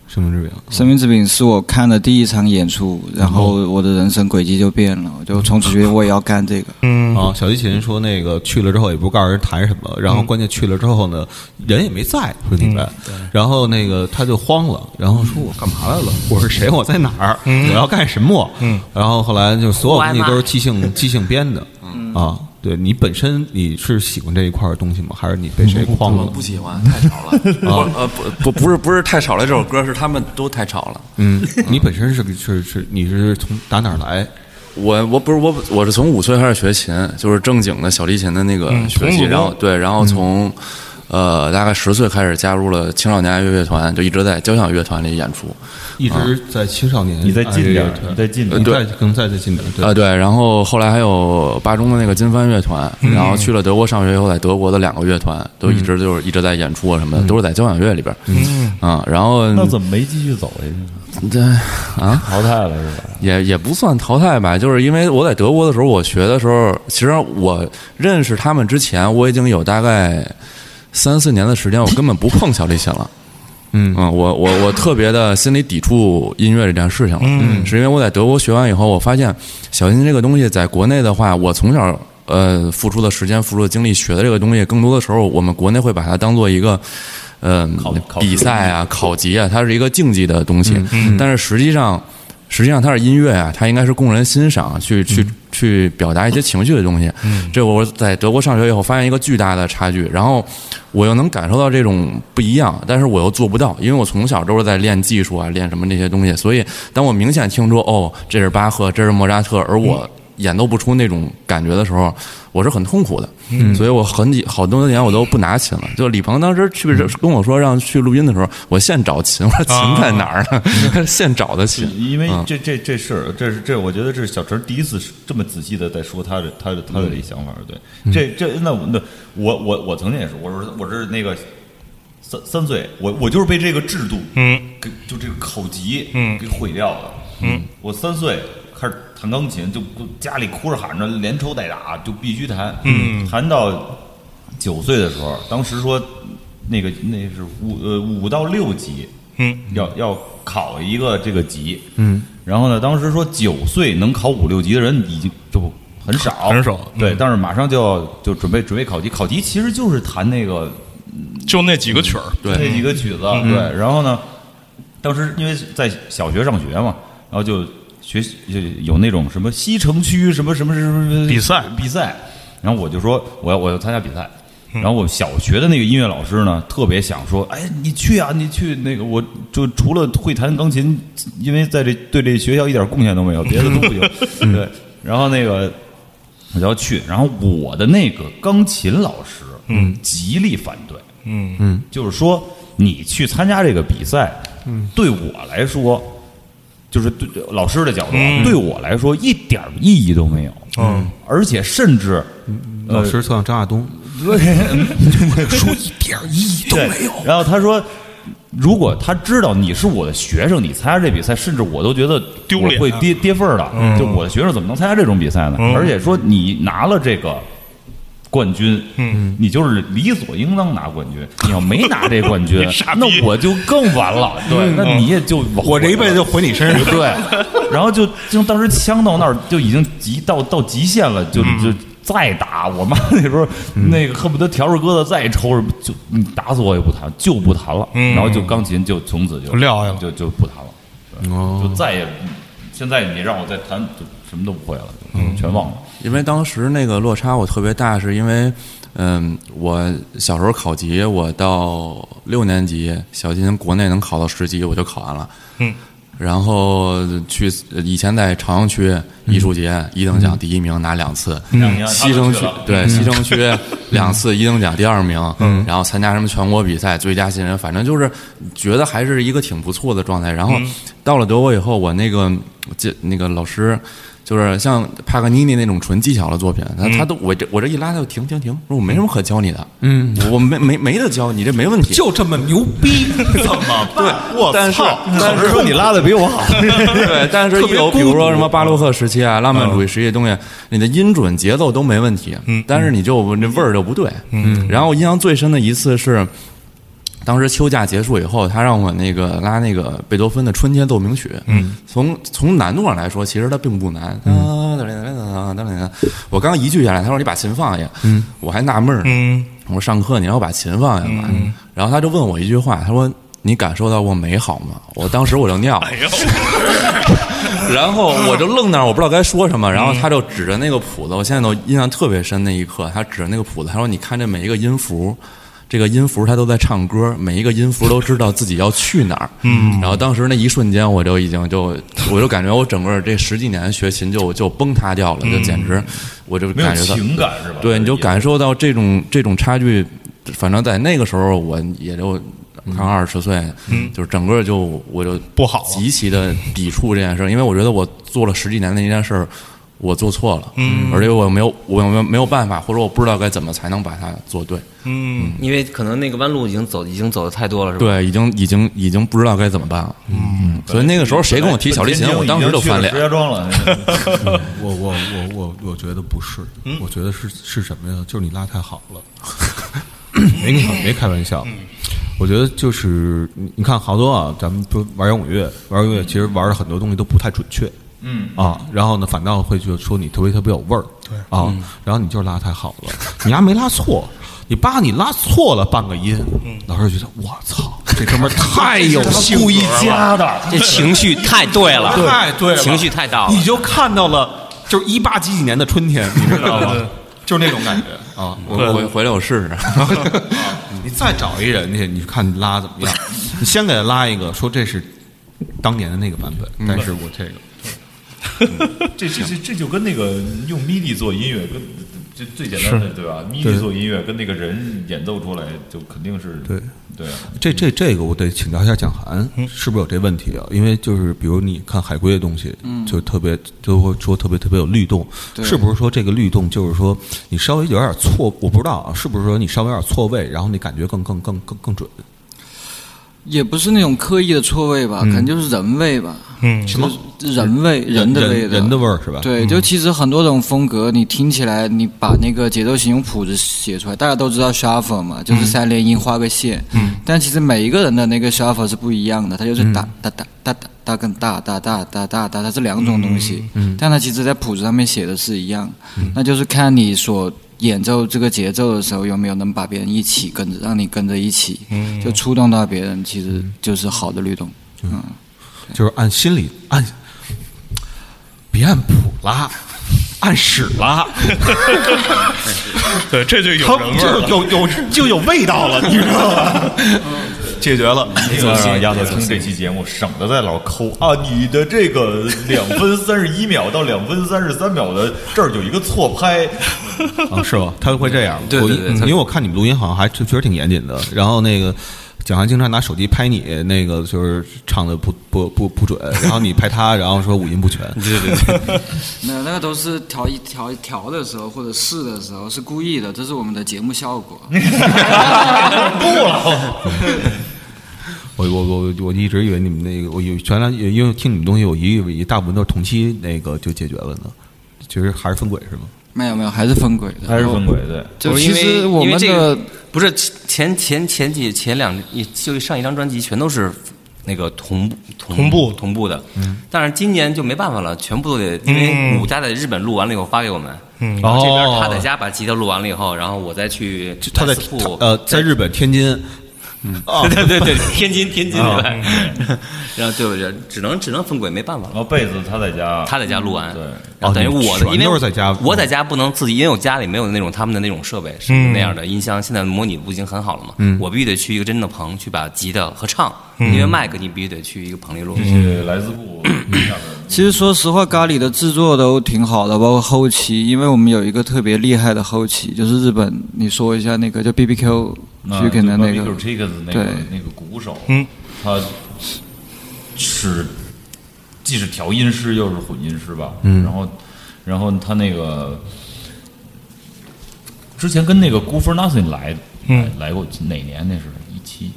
生命之饼。生命之饼是我看的第一场演出，然后我的人生轨迹就变了，我就从此觉得我也要干这个。嗯啊，小提琴说那个去了之后也不告诉人弹什么，然后关键去了之后呢，人也没在，说你嗯们，然后那个他就慌了，然后说我干嘛来了？嗯我是谁？我在哪儿？我要干什么？嗯，然后后来就所有东西都是即兴即兴编的，嗯啊，对你本身你是喜欢这一块儿东西吗？还是你被谁框了？不喜欢，太吵 [LAUGHS] 了。我呃不不不是不是太吵了，这首歌是他们都太吵了。嗯， [LAUGHS] 你本身是是是你是从打哪儿来？我我不是我我是从五岁开始学琴，就是正经的小提琴的那个学习，从五然后对，然后从、呃大概十岁开始加入了青少年爱乐乐团，就一直在交响乐团里演出。一直在青少年，啊你再近点儿哎对你再近点儿你再可能再再近点儿，对啊、对，然后后来还有八中的那个金帆乐团，然后去了德国上学以后，在德国的两个乐团都一直就是一直在演出啊什么的，都是在交响乐里边儿。嗯啊、然后那怎么没继续走下去呢？对啊，淘汰了是吧？也也不算淘汰吧，就是因为我在德国的时候，我学的时候，其实我认识他们之前，我已经有大概三四年的时间，我根本不碰小提琴了。嗯我我我特别的心里抵触音乐这件事情了，嗯，是因为我在德国学完以后，我发现小提琴这个东西在国内的话，我从小呃付出的时间、付出的精力学的这个东西，更多的时候我们国内会把它当做一个嗯、考嗯比赛啊、考级啊，它是一个竞技的东西，但是实际上。实际上它是音乐啊，它应该是供人欣赏，嗯去去、去表达一些情绪的东西。这我在德国上学以后发现一个巨大的差距，然后我又能感受到这种不一样，但是我又做不到，因为我从小都是在练技术啊，练什么那些东西，所以当我明显听出哦，这是巴赫，这是莫扎特，而我演奏不出那种感觉的时候，我是很痛苦的。所以我很几好多年我都不拿琴了。就李鹏当时去跟我说让去录音的时候，我现找琴，我说琴在哪儿呢？现找的琴。因为嗯这这这事，这是这，我觉得这是小陈第一次这么仔细的在说他的他的他的嗯这想法，对，这这那我那我我我曾经也是，我是我是那个三三岁，我我就是被这个制度，嗯，给就这个考级，嗯给毁掉了，嗯，我三岁开始弹钢琴，就就家里哭着喊着，连抽带打就必须弹，嗯，弹到九岁的时候，当时说那个那是五呃五到六级，嗯，要要考一个这个级，嗯，然后呢，当时说九岁能考五六级的人已经就很少，很少对，嗯但是马上就要就准备准备考级，考级其实就是弹那个就那几个曲儿，对那几个曲子，对，然后呢，当时因为在小学上学嘛，然后就学习就有那种什么西城区什么什么什么什么比赛比赛，然后我就说我要我要参加比赛。然后我小学的那个音乐老师呢，特别想说，哎，你去啊，你去那个，我就除了会弹钢琴，因为在这对这学校一点贡献都没有，别的都不行。对，然后那个我就要去，然后我的那个钢琴老师，嗯，极力反对，嗯嗯，就是说你去参加这个比赛，嗯，对我来说，就是对老师的角度啊，对我来说一点儿意义都没有，嗯，而且甚至呃老师就像张亚东，都没有。然后他说，如果他知道你是我的学生，你参加这比赛，甚至我都觉得丢我脸啊嗯会跌跌份儿的。就我的学生怎么能参加这种比赛呢？而且说你拿了这个。冠军，嗯，你就是理所应当拿冠军。你要没拿这冠 [LAUGHS] 军你傻，逼嗯那我就更完了。对，那你也就我就回你身上。对，然后就就当时枪到那儿就已经极到到极限了，就就再打。我妈那时候那个恨不得笤帚疙瘩再抽什么，就你打死我也不弹，就不弹了。嗯然后就钢琴就从此就撂下了就就不弹了，哦就，再也现在你让我再弹就什么都不会了，就全忘了。因为当时那个落差我特别大，是因为，嗯，我小时候考级，我到六年级，小提琴国内能考到十级，我就考完了。嗯。然后去以前在朝阳区嗯艺术节、一等奖第一名拿两次，两年西城他都去区了嗯对西城区 [LAUGHS] 两次一等奖第二名，然后参加什么全国比赛最佳新人，反正就是觉得还嗯是一个挺不错的状态。然后到了德国以后，我那个这那个老师就是像帕格尼尼那种纯技巧的作品，他嗯他都我这我这一拉他就停停停，说我没什么可教你的，嗯，我没没没得教你，这没问题。就这么牛 [LAUGHS] 逼，怎么对，我但是操，但是说你拉的比我好，对，但是特别有比如孤独说什么巴洛克时期啊、浪漫主义时期的东西，你的音准、节奏都没问题，嗯，但是你就那味儿就不对，嗯。然后我印象最深的一次是，当时休假结束以后，他让我那个拉那个贝多芬的春天奏鸣曲，嗯，从从难度上来说，其实它并不难，啊，哒哒哒哒哒哒哒我刚一句下来，他说你把琴放下，嗯，我还纳闷儿，嗯，我说上课你让我把琴放下吧，然后他就问我一句话，他说你感受到过美好吗？我当时我就尿了。 [LAUGHS] 然后我就愣那儿，我不知道该说什么。然后他就指着那个谱子，我现在都印象特别深。那一刻，他指着那个谱子，他说：“你看这每一个音符，这个音符他都在唱歌，每一个音符都知道自己要去哪儿。”嗯。然后当时那一瞬间，我就已经就我就感觉我整个这十几年学琴就就崩塌掉了，就简直我就没有感觉到情感是吧？对，你就感受到这种这种差距。反正在那个时候，我也就刚二十岁，嗯，就是整个就我就不好了极其的抵触这件事儿，因为我觉得我做了十几年的一件事儿，我做错了，嗯，而且我没有我没有没有办法，或者我不知道该怎么才能把它做对，嗯，因为可能那个弯路已经走，已经走的太多了，是吧？对，已经已经已经不知道该怎么办了，嗯，所以那个时候谁跟我提小提琴，我当时就翻脸石，家庄了， [LAUGHS] 我我我我我觉得不是，我觉得是是什么呀？就是你拉太好了，没没开玩笑。我觉得就是你你看好多啊，咱们不玩摇滚乐，玩摇滚乐其实玩的很多东西都不太准确，嗯啊，然后呢，反倒会觉得说你特别特别有味儿，对啊，然后你就是拉太好了，你丫没拉错。你爸，你拉错了半个音，老师就觉得我操，这哥们儿太有性格了，这情绪太对了，太对了，情绪太到了你。就看到了，就是一八几几年的春天，你知 [LAUGHS] 道吗？就是那种感觉啊！我回嗯回来我试试，你再找一人去，你看拉怎么样？你先给他拉一个，说这是当年的那个版嗯本，但是我这个这这这这就跟那个用 MIDI 做音乐跟。这最简单的对吧？MIDI 做音乐跟那个人演奏出来，就肯定是对对啊，这这这个我得请教一下蒋涵，嗯是不是有这问题啊？因为就是比如你看海龟的东西，嗯就特别就会说特别特别有律动，对是不是说这个律动就是说你稍微有点错，我不知道啊，是不是说你稍微有点错位，然后你感觉更更更更更准？也不是那种刻意的错位吧，可能就是人味吧，嗯什么人味，人的味人道，人的味儿是吧？嗯对，就其实很多种风格，你听起来，你把那个节奏型用谱子写出来，大家都知道 shuffle 嗯嘛，就是三连音画个线。嗯。但其实每一个人的那个 shuffle 是不一样的，它嗯就是哒哒哒哒哒哒跟哒哒哒哒哒哒，它是两种东西。嗯。但它其实在谱子上面写的是一样，嗯那就是看你所演奏这个节奏的时候有没有能把别人一起跟着，让你跟着一起，嗯就触动到别人，其实就是好的律动。嗯。就是按心里按，别按谱 [LAUGHS] 拉，按屎拉，对，这就有人味儿了。有有就有味道了，你知道吗？解决了，这个让丫头听这期节目，省得再老抠啊！你的这个两分三十一秒到两分三十三秒的这儿有一个错拍，啊，是吧？他会这样，对对对我他因为我看你们录音好像还确实挺严谨的，然后那个。蒋涵经常拿手机拍你，那个就是唱的不不不不准，然后你拍他，然后说五音不 [LAUGHS] 全，对对对，没有，那个都是调一调一调的时候或者试的时候是故意的，这是我们的节目效果。我我我我一直以为你们那个，我有原来因为听你们东西，我一以为大部分都是同期那个就解决了呢，其实还是分轨是吗？没有没有，还是分轨的，还是分轨对。就不是其因为实我因们为这的个不是前前前几前两一就上一张专辑全都是那个同步同同步同步的，嗯，但是今年就没办法了，全部都得因为嗯武家在日本录完了以后发给我们，嗯，哦这边他在家把吉他录完了以后，然后我再去他在百思铺呃，在日本天津， [LAUGHS] 对对对对，天津天津对吧，然后对对，只能只能分轨，没办法了。然后贝子他在家，他在家录完，对然后等于哦你我全的，都因为是在家嗯我在家不能自己，因为我家里没有那种他们的那种设备，是那样的音箱，现在模拟不已经很好了嘛，嗯我必须得去一个真的棚去把吉他合唱，因为麦克你必须得去一个棚里录，嗯去莱斯 [CLEARS THROAT] 布下边其实说实话，咖喱的制作都挺好的，包括后期，因为我们有一个特别厉害的后期，就是日本，你说一下那个叫 B B Q 那 Chicken 的那啊 b 个 b c h i c k e n 那对个那个鼓手，嗯，他是既是调音师又是混音师吧，嗯，然后然后他那个之前跟那个 Goof Nothing 来嗯来过哪年？那是一七一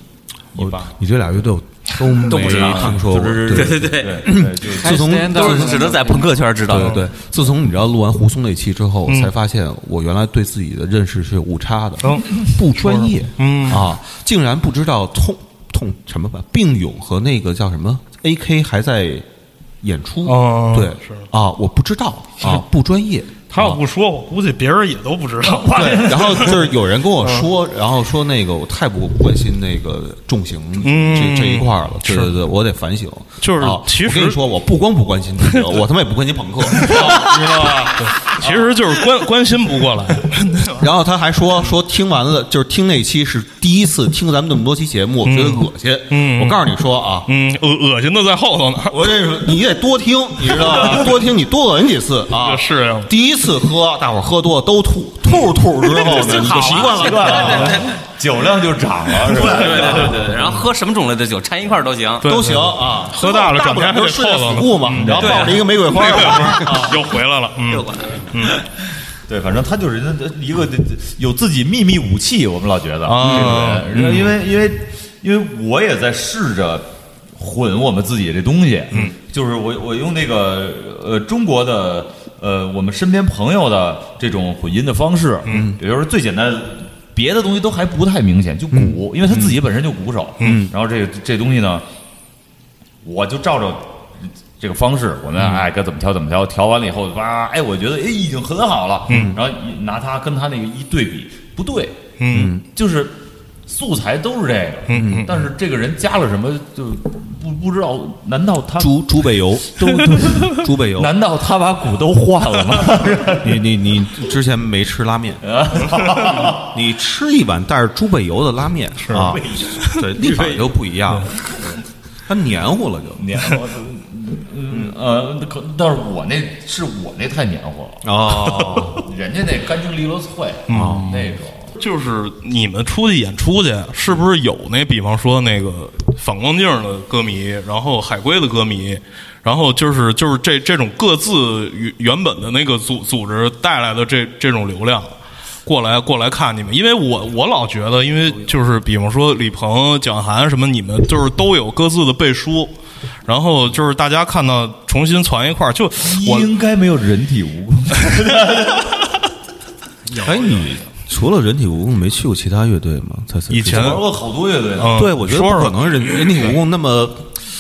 我八。你这俩乐队我都没都不知道听说过，哦对对对对，对对，就自从都是只能在朋克圈知道对。对，自从你知道录完胡松那期之后，我嗯才发现我原来对自己的认识是有误差的嗯，不专业，嗯啊，竟然不知道痛痛什么吧，并勇和那个叫什么 AK 还在演出，哦对是啊，我不知道啊，不 [LAUGHS] 专业。他要啊不说，我估计别人也都不知道。 [LAUGHS] 对，然后就是有人跟我嗯说，然后说那个我太不关心那个重型嗯这这一块儿了，对是对对，我得反省。就是啊其我跟你实说，我不光不关心这个，我他妈也不关心朋克。知道吧？其实就是关关心不过来。 [LAUGHS] 然后他还说说听完了，就是听那期是第一次听咱们那么多期节目，我觉得恶心。嗯我告诉你说啊，嗯，恶恶心的在后头呢。我跟你说，你也多听，你知道 [LAUGHS] 吧？多听，你多闻几次啊。是啊第一次喝，大伙儿喝多了都吐，吐吐之 [LAUGHS] 后呢，你就习惯了，习惯了， [LAUGHS] 酒量就涨了，是吧？对对对对，然后喝什么种类的酒掺一块儿都行。都行啊。喝大了大不整天了还就得顺着凑合死呢嗯顾嘛，然后抱着一个玫瑰 [LAUGHS] 花那个儿，啊又回来了，嗯，对，反正他就是一个有自己秘密武器，我们老觉得啊这个人因为因为因为我也在试着混我们自己这东西，嗯，就是我我用那个呃中国的呃我们身边朋友的这种混音的方式，嗯，也就是最简单。别的东西都还不太明显，就鼓，因为他自己本身就鼓手，嗯，然后这这东西呢，我就照着这个方式，我们哎该怎么调怎么调，调完了以后哇，哎，我觉得哎已经很好了，嗯，然后一拿它跟它那个一对比，不对，嗯，就是素材都是这个，嗯，但是这个人加了什么就不不知道，难道他猪猪 [LAUGHS] 背油，猪背油。难道他把鼓都换了吗？你你你之前没吃拉面，啊 [LAUGHS] 你吃一碗带着猪背油的拉面啊， [LAUGHS] 对，立法就不一样了，它黏糊了就。黏糊，嗯呃，可但是我那是我那太黏糊了，哦，人家那干净利落脆，啊，那种。就是你们出去演出去，是不是有那比方说那个反光镜的歌迷，然后海归的歌迷，然后就是就是这这种各自原原本的那个组组织带来的这这种流量。过来过来看你们，因为我我老觉得，因为就是比方说李鹏、蒋涵什么，你们就是都有各自的背书，然后就是大家看到重新攒一块儿，就我应该没有人体蜈蚣。哎，你除了人体蜈蚣，没去过其他乐队吗？才以前玩过好多乐队呢，啊嗯对，我觉得不说说可能人人体蜈蚣那么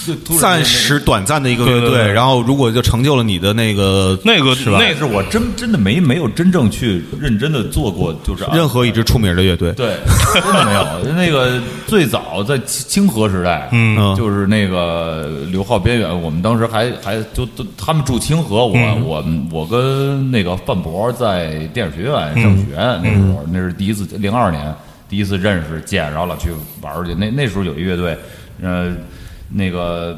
就突然暂间时短暂的一个乐对对队，对然后如果就成就了你的那个那个是吧？那那个，但是我真真的没没有真正去认真的做过，就是啊任何一支出名的乐队，对，真的没有。那个最早在清清河时代，嗯就是那个刘浩边缘，我们当时还还就都他们住清河，我、我我跟那个范博在电影学院上学，那时候那是第一次，零二年第一次认识见，然后老去玩儿去。那那时候有一乐队，呃，那个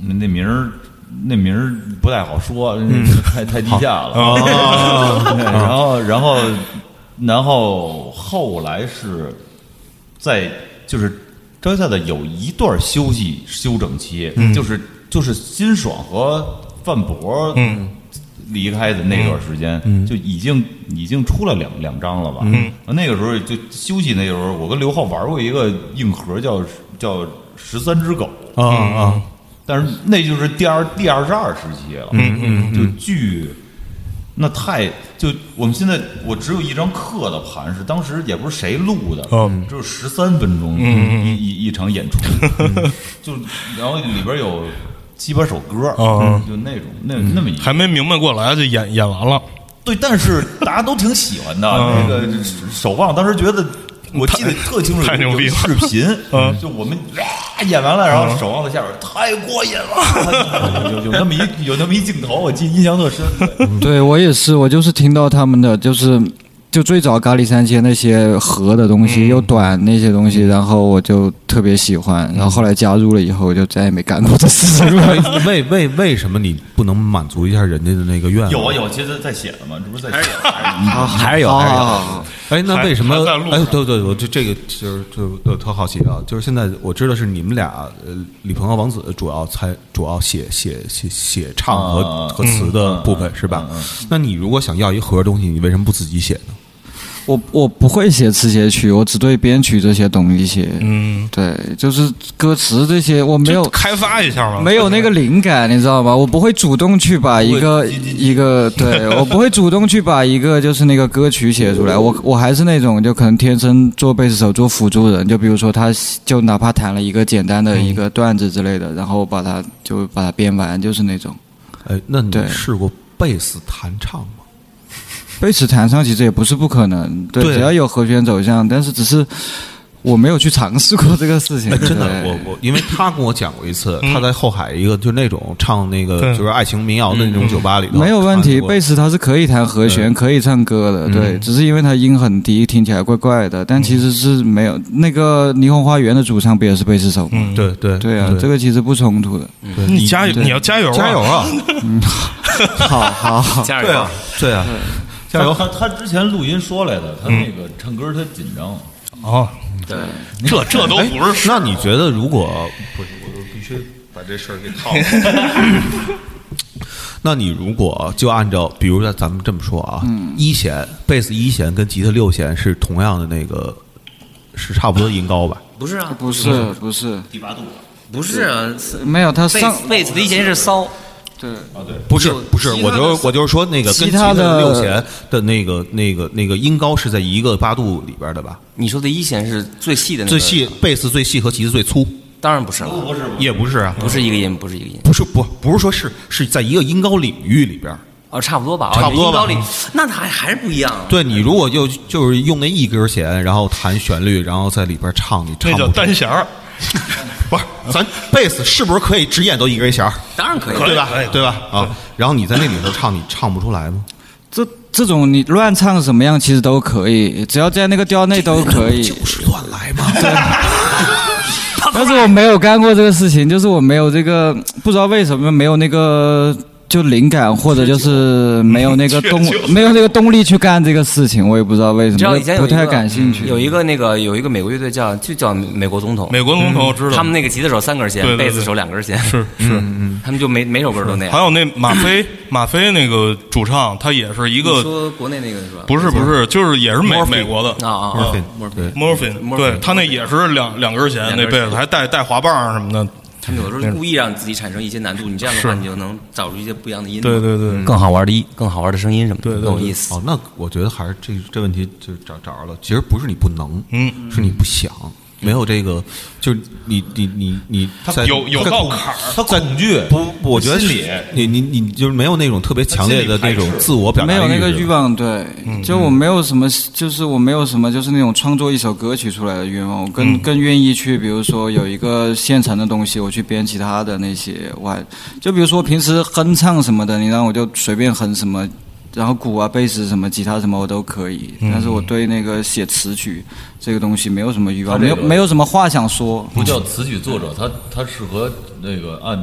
那那名儿。那名儿不太好说，太太低下了。 [LAUGHS] 对然后，然后，然后后来是在就是张一赛的有一段休息休整期，就是就是辛爽和范博离开的那段时间，就已经已经出了两两张了吧？那个时候就休息那个时候，我跟刘浩玩过一个硬核叫叫十三只狗。啊啊，但是那就是第二第二十二时期了，嗯嗯，就巨，那太就我们现在我只有一张课的盘是当时也不是谁录的，嗯只有十三分钟一一一场演出， [LAUGHS] 就然后里边有七八首歌，嗯就那种那那么一还没明白过来就演演完了。对，但是大家都挺喜欢的。那个守望当时觉得，我记得特清楚，嗯太牛逼了有视频，嗯就我们哇演完了，然后守望在下边太过瘾了， [LAUGHS] 有有那么一有那么一镜头，我记得印象特深。对 [LAUGHS] 对我也是，我就是听到他们的，就是就最早咖喱三千那些盒的东嗯西，又短那些东西，然后我就特别喜欢，然后后来加入了以后，我就再也没干过这事情了。 [LAUGHS] 为为为为什么你不能满啊足一下人家的那个愿望？有啊有，其实在写的嘛，这不是在写的吗。还是有，还是有。哎，那还为什么还在路？上哎，对对，我这这个就是就就特好奇啊，就是现在我知道是你们俩，呃，李鹏和王子主要参主要写写写写唱和、啊和词的部分、是吧、那你如果想要一盒东西，你为什么不自己写呢？我我不会写词写曲，我只对编曲这些懂一些。嗯，对，就是歌词这些我没有就开发一下嘛，没有那个灵感，你知道吧？我不会主动去把一个一个，对我不会主动去把一个就是那个歌曲写出来。我我还是那种就可能天生做贝斯手做辅助人，就比如说他就哪怕弹了一个简单的一个段子之类的，然后我把它就把它编完，就是那种。哎，那你对试过贝斯弹唱吗？贝斯弹唱其实也不是不可能，对，对只要有和弦走向，但是只是我没有去尝试过这个事情。哎，嗯真的，对我我因为他跟我讲过一 [LAUGHS] 次，他在后海一个就那种唱那个对就是爱情民谣的那种酒吧里头，没有嗯问题，看过贝斯它是可以弹和弦，可以唱歌的，对，只是因为它音很低，听起来怪怪的，但其实是没有。那个霓虹花园的主唱不也是贝斯手吗？对对对啊，这个其实不冲突的。对你加油，对你要加油啊，加油啊！好好好，加对油啊！，对嗯啊，加油！他他之前录音说来的，他嗯那个唱歌他紧张，哦，对，这这都不是事哎那你觉得如果不是，我必须把这事儿给套了。 [LAUGHS] 那你如果就按照，比如说咱们这么说啊，嗯一弦贝斯一弦跟吉他六弦是同样的那个，是差不多音高吧？不是啊， [LAUGHS] 不是不是，不是啊，没有他贝上贝斯的一弦是骚，对不是有不是，其我他就的我就是说那个其跟他的的六弦的那个那个那个音高是在一个八度里边的吧？你说的一弦是最细的那个，最细贝斯最细和吉他最粗，当然不是了，也不是啊，不是一个音，不是一个音。不是不不是说是是在一个音高领域里边。哦，差不多吧，哦差不多吧音高里那它还还是不一样。啊对你如果就就是用那一根弦，然后弹旋律，然后在里边唱，你唱那不叫出单弦儿，不是 [LAUGHS] 咱贝斯是不是可以只演奏一根弦儿，当然可以，对吧？对吧？啊，然后你在那里头唱，你唱不出来吗？这这种你乱唱什么样其实都可以，只要在那个调内都可以。就是乱来嘛。 [LAUGHS] 但是我没有干过这个事情，就是我没有这个，不知道为什么没有那个就灵感，或者就是没有那个动，没有那个动力去干这个事情，我也不知道为你知什道么以前，有不一个太感兴趣。有一个那个有一个美国乐队叫就叫美国总统，美国总统我知道，嗯他们那个吉他手三根弦对，对贝对斯手两根弦，是是。他们就每每首歌都那还样。有那马 [LAUGHS] 飞，马飞那个主唱，他也是一你个，说国内那个是吧？不是不是，就是也是美 Morphy 美国的啊啊啊，对对， Morphin， Morphin 对他那也是两两根弦，两那根贝弦斯还带带滑棒儿什么的，他们有的时候故意让自己产生一些难度，你这样的话是你就能找出一些不一样的音，对，对对，更好玩的音，更好玩的声音什么对的，对更有意思哦。，那我觉得还是这这问题就找找着了。其实不是你不能，嗯，是你不想，没有这个，就是你你你你在有有在道坎儿，他恐惧不？我觉得心是里你你你就是没有那种特别强烈的那种自我表达没有那个欲欲望，对，就我没有什么，就是我没有什么，就是那种创作一首歌曲出来的愿望。我更更愿意去，比如说有一个现成的东西，我去编其他的那些，我还就比如说平时哼唱什么的，你让我就随便哼什么，然后鼓啊、贝斯什么、吉他什么我都可以。但是我对那个写词曲这个东西没有什么欲望，他这没个有没有什么话想说。不叫词曲作者，他他适合那个按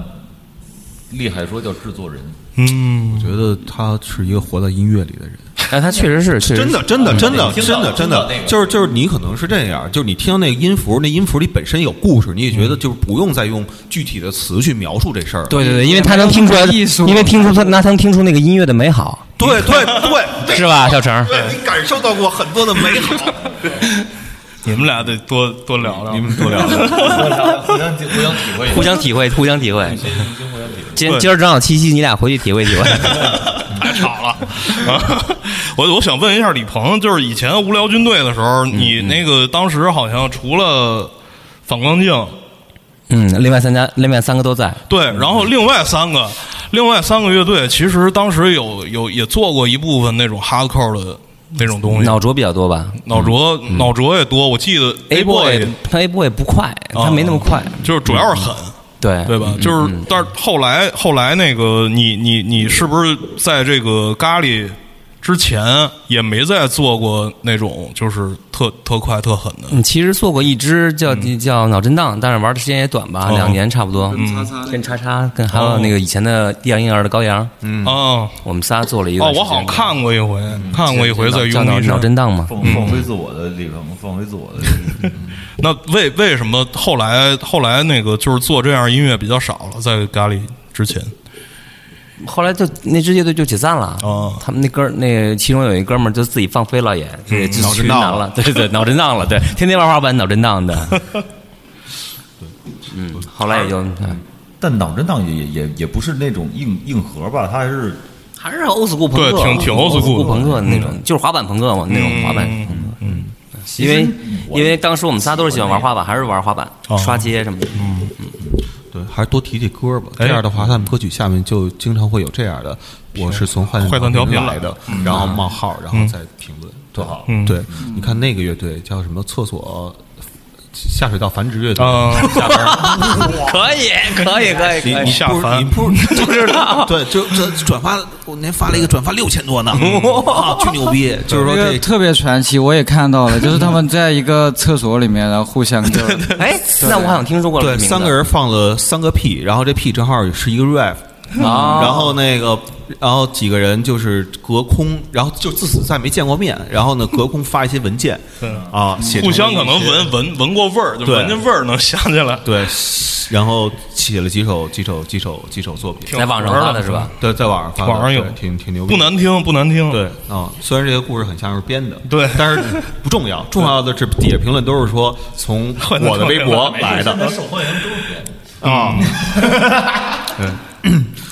厉害说叫制作人，我嗯，觉得他是一个活在音乐里的人。但他确实是确真的，真的，真的，听真到的，听真到的那，个就是就是，你可能是这样，就是你听到那个音符，那音符里本身有故事，你也觉得就是不用再用具体的词去描述这事儿。对对对，因为他能听出来，艺术因为听出他，那他能听出那个音乐的美好，对对对对，是吧，小程？对你感受到过很多的美好。你们俩得多多聊聊，你们多聊聊，互相互相体会一下互。相体会，互相体 [LAUGHS] 会。今今儿正好七夕，你俩回去体会体 [LAUGHS] 会。太吵了。啊 [LAUGHS] 我我想问一下李鹏，就是以前无聊军队的时候，嗯你那个当时好像除了反光镜，嗯，另外三家，另外三个都在。对，然后另外三个，另外三个乐队其实当时有有也做过一部分那种 hardcore 的那种东西，脑浊比较多吧脑浊脑浊也多，我记得，A boy boy 他 A boy 不快，啊他没那么快，就是主要是狠，哎对嗯对嗯吧？就是，但是后来后来那个你你你是不是在这个咖喱？之前也没再做过那种就是特特快特狠的。嗯，其实做过一支叫叫脑震荡，但是玩的时间也短嗯吧，哦嗯两年差不多。嗯叉叉那跟叉叉，跟还哦有那个以前的第二婴儿的羔羊，嗯哦我们仨做了一个。哦，我好像看过一回，看过一回在叫用脑力脑上。震荡嘛。嗯放放飞自我的地方，放飞自我的地方。那为为什么后来后来那个就是做这样音乐比较少了，在咖喱之前？后来就那支乐队就解散了。哦嗯他们那哥儿那其中有一哥们儿就自己放飞了也，也就脑去震云荡南了，对 [LAUGHS] 对，脑震荡了，对，天天玩滑板脑震荡的。 [LAUGHS] 嗯，后来也就但脑震荡也也也也不是那种硬硬核吧，它还是还是 old school 朋克，啊对挺挺 old old school 的嗯朋克那种，就是滑板朋克嘛，那种滑板朋克。嗯，因为因为当时我们仨都是喜欢玩滑板，还是玩滑板、哦刷街什么的。对，还是多提提歌吧。这样的话，他们歌曲下面就经常会有这样的，我是从坏坏蛋调频来的，然后冒号，然后再评论，多好。对，你看那个乐队叫什么？厕所下水道繁殖乐队。啊，可以，可以，可以，可以。下凡不是就知道？ [LAUGHS] 对，就这转发，我那发了一个转发六千多呢，啊巨牛逼！就是说个这特别传奇，我也看到了，就是他们在一个厕所里面，然后互相就哎，那我好像听说过了对这名字，三个人放了三个屁，然后这屁正好是一个 rap，[LAUGHS] 啊，然后那个，然后几个人就是隔空，然后就自此再没见过面，然后呢隔空发一些 [LAUGHS] 文件，啊，写成互相可了一能些闻闻闻过味儿，就对闻见味儿能想起来。对，然后写了几首几首几首几首作品，在网上发的是吧？嗯对，在网上发的，网上有对挺挺牛逼，不难。听，不难听。对啊、虽然这个故事很像是编的，对但是不重要，重要的是底下评论都是说 [LAUGHS] 从我的微博来 [LAUGHS] 的，啊嗯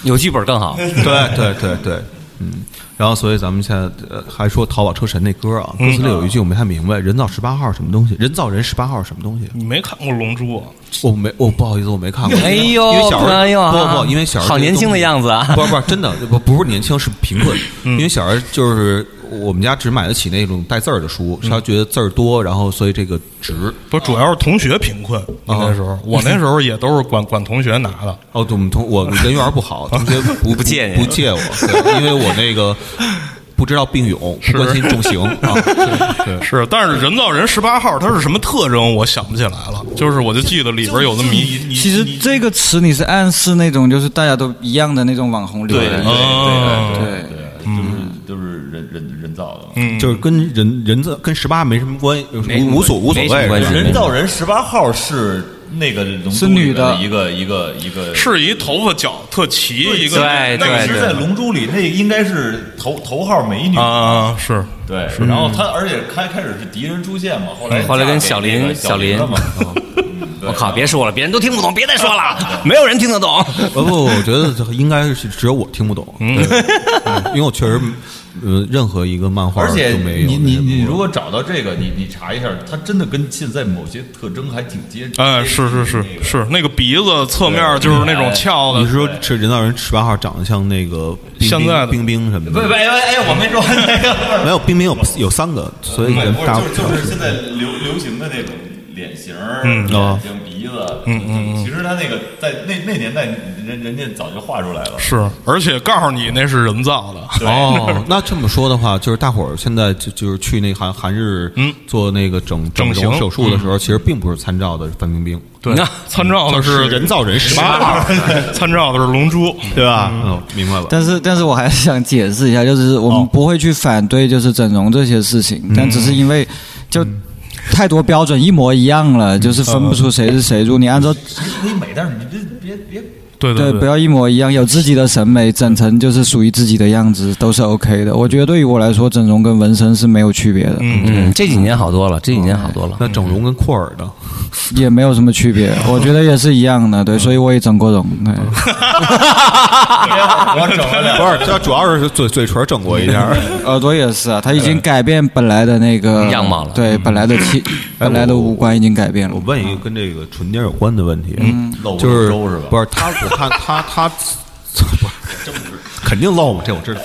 有剧本更好。 [LAUGHS] 对对对对，嗯。然后，所以咱们现在呃还说《淘宝车神》那歌啊，歌词里有一句我没太明白，“人造十八号”什么东西？人造人十八号是什么东西？你没看过《龙珠》啊？我没，我不好意思，我没看过。哎呦因为小时候，哎呦啊不不，因为小时候好年轻的样子啊嗯不不，真的不不是年轻，是贫困。因为小时候就是我们家只买得起那种带字儿的嗯书，他觉得字儿多，然后所以这个值。不，主要是同学贫困。嗯你那时候，我那时候也都是管管同学拿的。哦，对我们同我人缘不好，同学不 [LAUGHS] 不借你不借我，对因为我那个不知道并勇，不关心重刑啊。对是，但是人造人十八号它是什么特征，我想不起来了。就是我就记得里边有那么一，其实这个词你是暗示那种就是大家都一样的那种网红流量，嗯，对就是就是人人人造的。嗯就是跟人人造跟十八没什么关，有什么无所无所没什么关谓系。人造人十八号是那个龙珠是女里面的一个一个一个。是一头发绞特齐一个对那个对是在龙珠里，那应该是头头号美女。啊，是对，然后他而且开开始是敌人出现嘛，后来后来跟嫁小给林那个小小林了嘛。我靠，别说了，别人都听不懂，别再说了，没有人听得懂。呃 [LAUGHS] 不，我觉得应该是只有我听不懂，对嗯因为我确实，呃，任何一个漫 [LAUGHS] 画而且都没有。你你你如果找到这个，你你查一下，它真的跟现在某些特征还挺接近。哎，是是是是，那个鼻子侧面就是那种翘你是的，说这人造人十八号长得像那个冰现在的冰冰冰什么不不的？哎哎哎，我没说那个。 [LAUGHS] 没有，冰冰有有三个，所以对人不是嗯大嗯就是就是现在流流行的那种脸型儿、哦眼睛、鼻子，嗯嗯，其实他那个在那那年代，人人家早就画出来了。是，而且告诉你那是人造的，哦，那这么说的话，就是大伙儿现在就就是去那韩韩日嗯做那个整整形容手术的时嗯候，其实并不是参照的范冰冰，对，参照的是人造人十八号， [LAUGHS] 参照的是龙珠，对吧？嗯，明白了。但是，但是我还是想解释一下，就是我们不会去反对就是整容这些事情，但只是因为就太多标准一模一样了，就是分不出嗯谁是谁。如果你按照可以美，但是你别别别对对，不对，要一模一样，有自己的审美，整成就是属于自己的样子都是 OK 的。我觉得对于我来说，整容跟纹身是没有区别的，嗯，这几年好多了，这几年好多了。那整容跟扩耳的，也没有什么区别，我觉得也是一样的。对，所以我也整过容。对，我整了两不是，这主要是嘴嘴唇整过一下。耳朵也是啊，它已经改变本来的那个样貌了对，本来的气，本来的五官已经改变了我。问一个跟这个唇钉有关的问题，露就是周是吧？不是他？我看他他不是，肯定漏嘛，这我知道。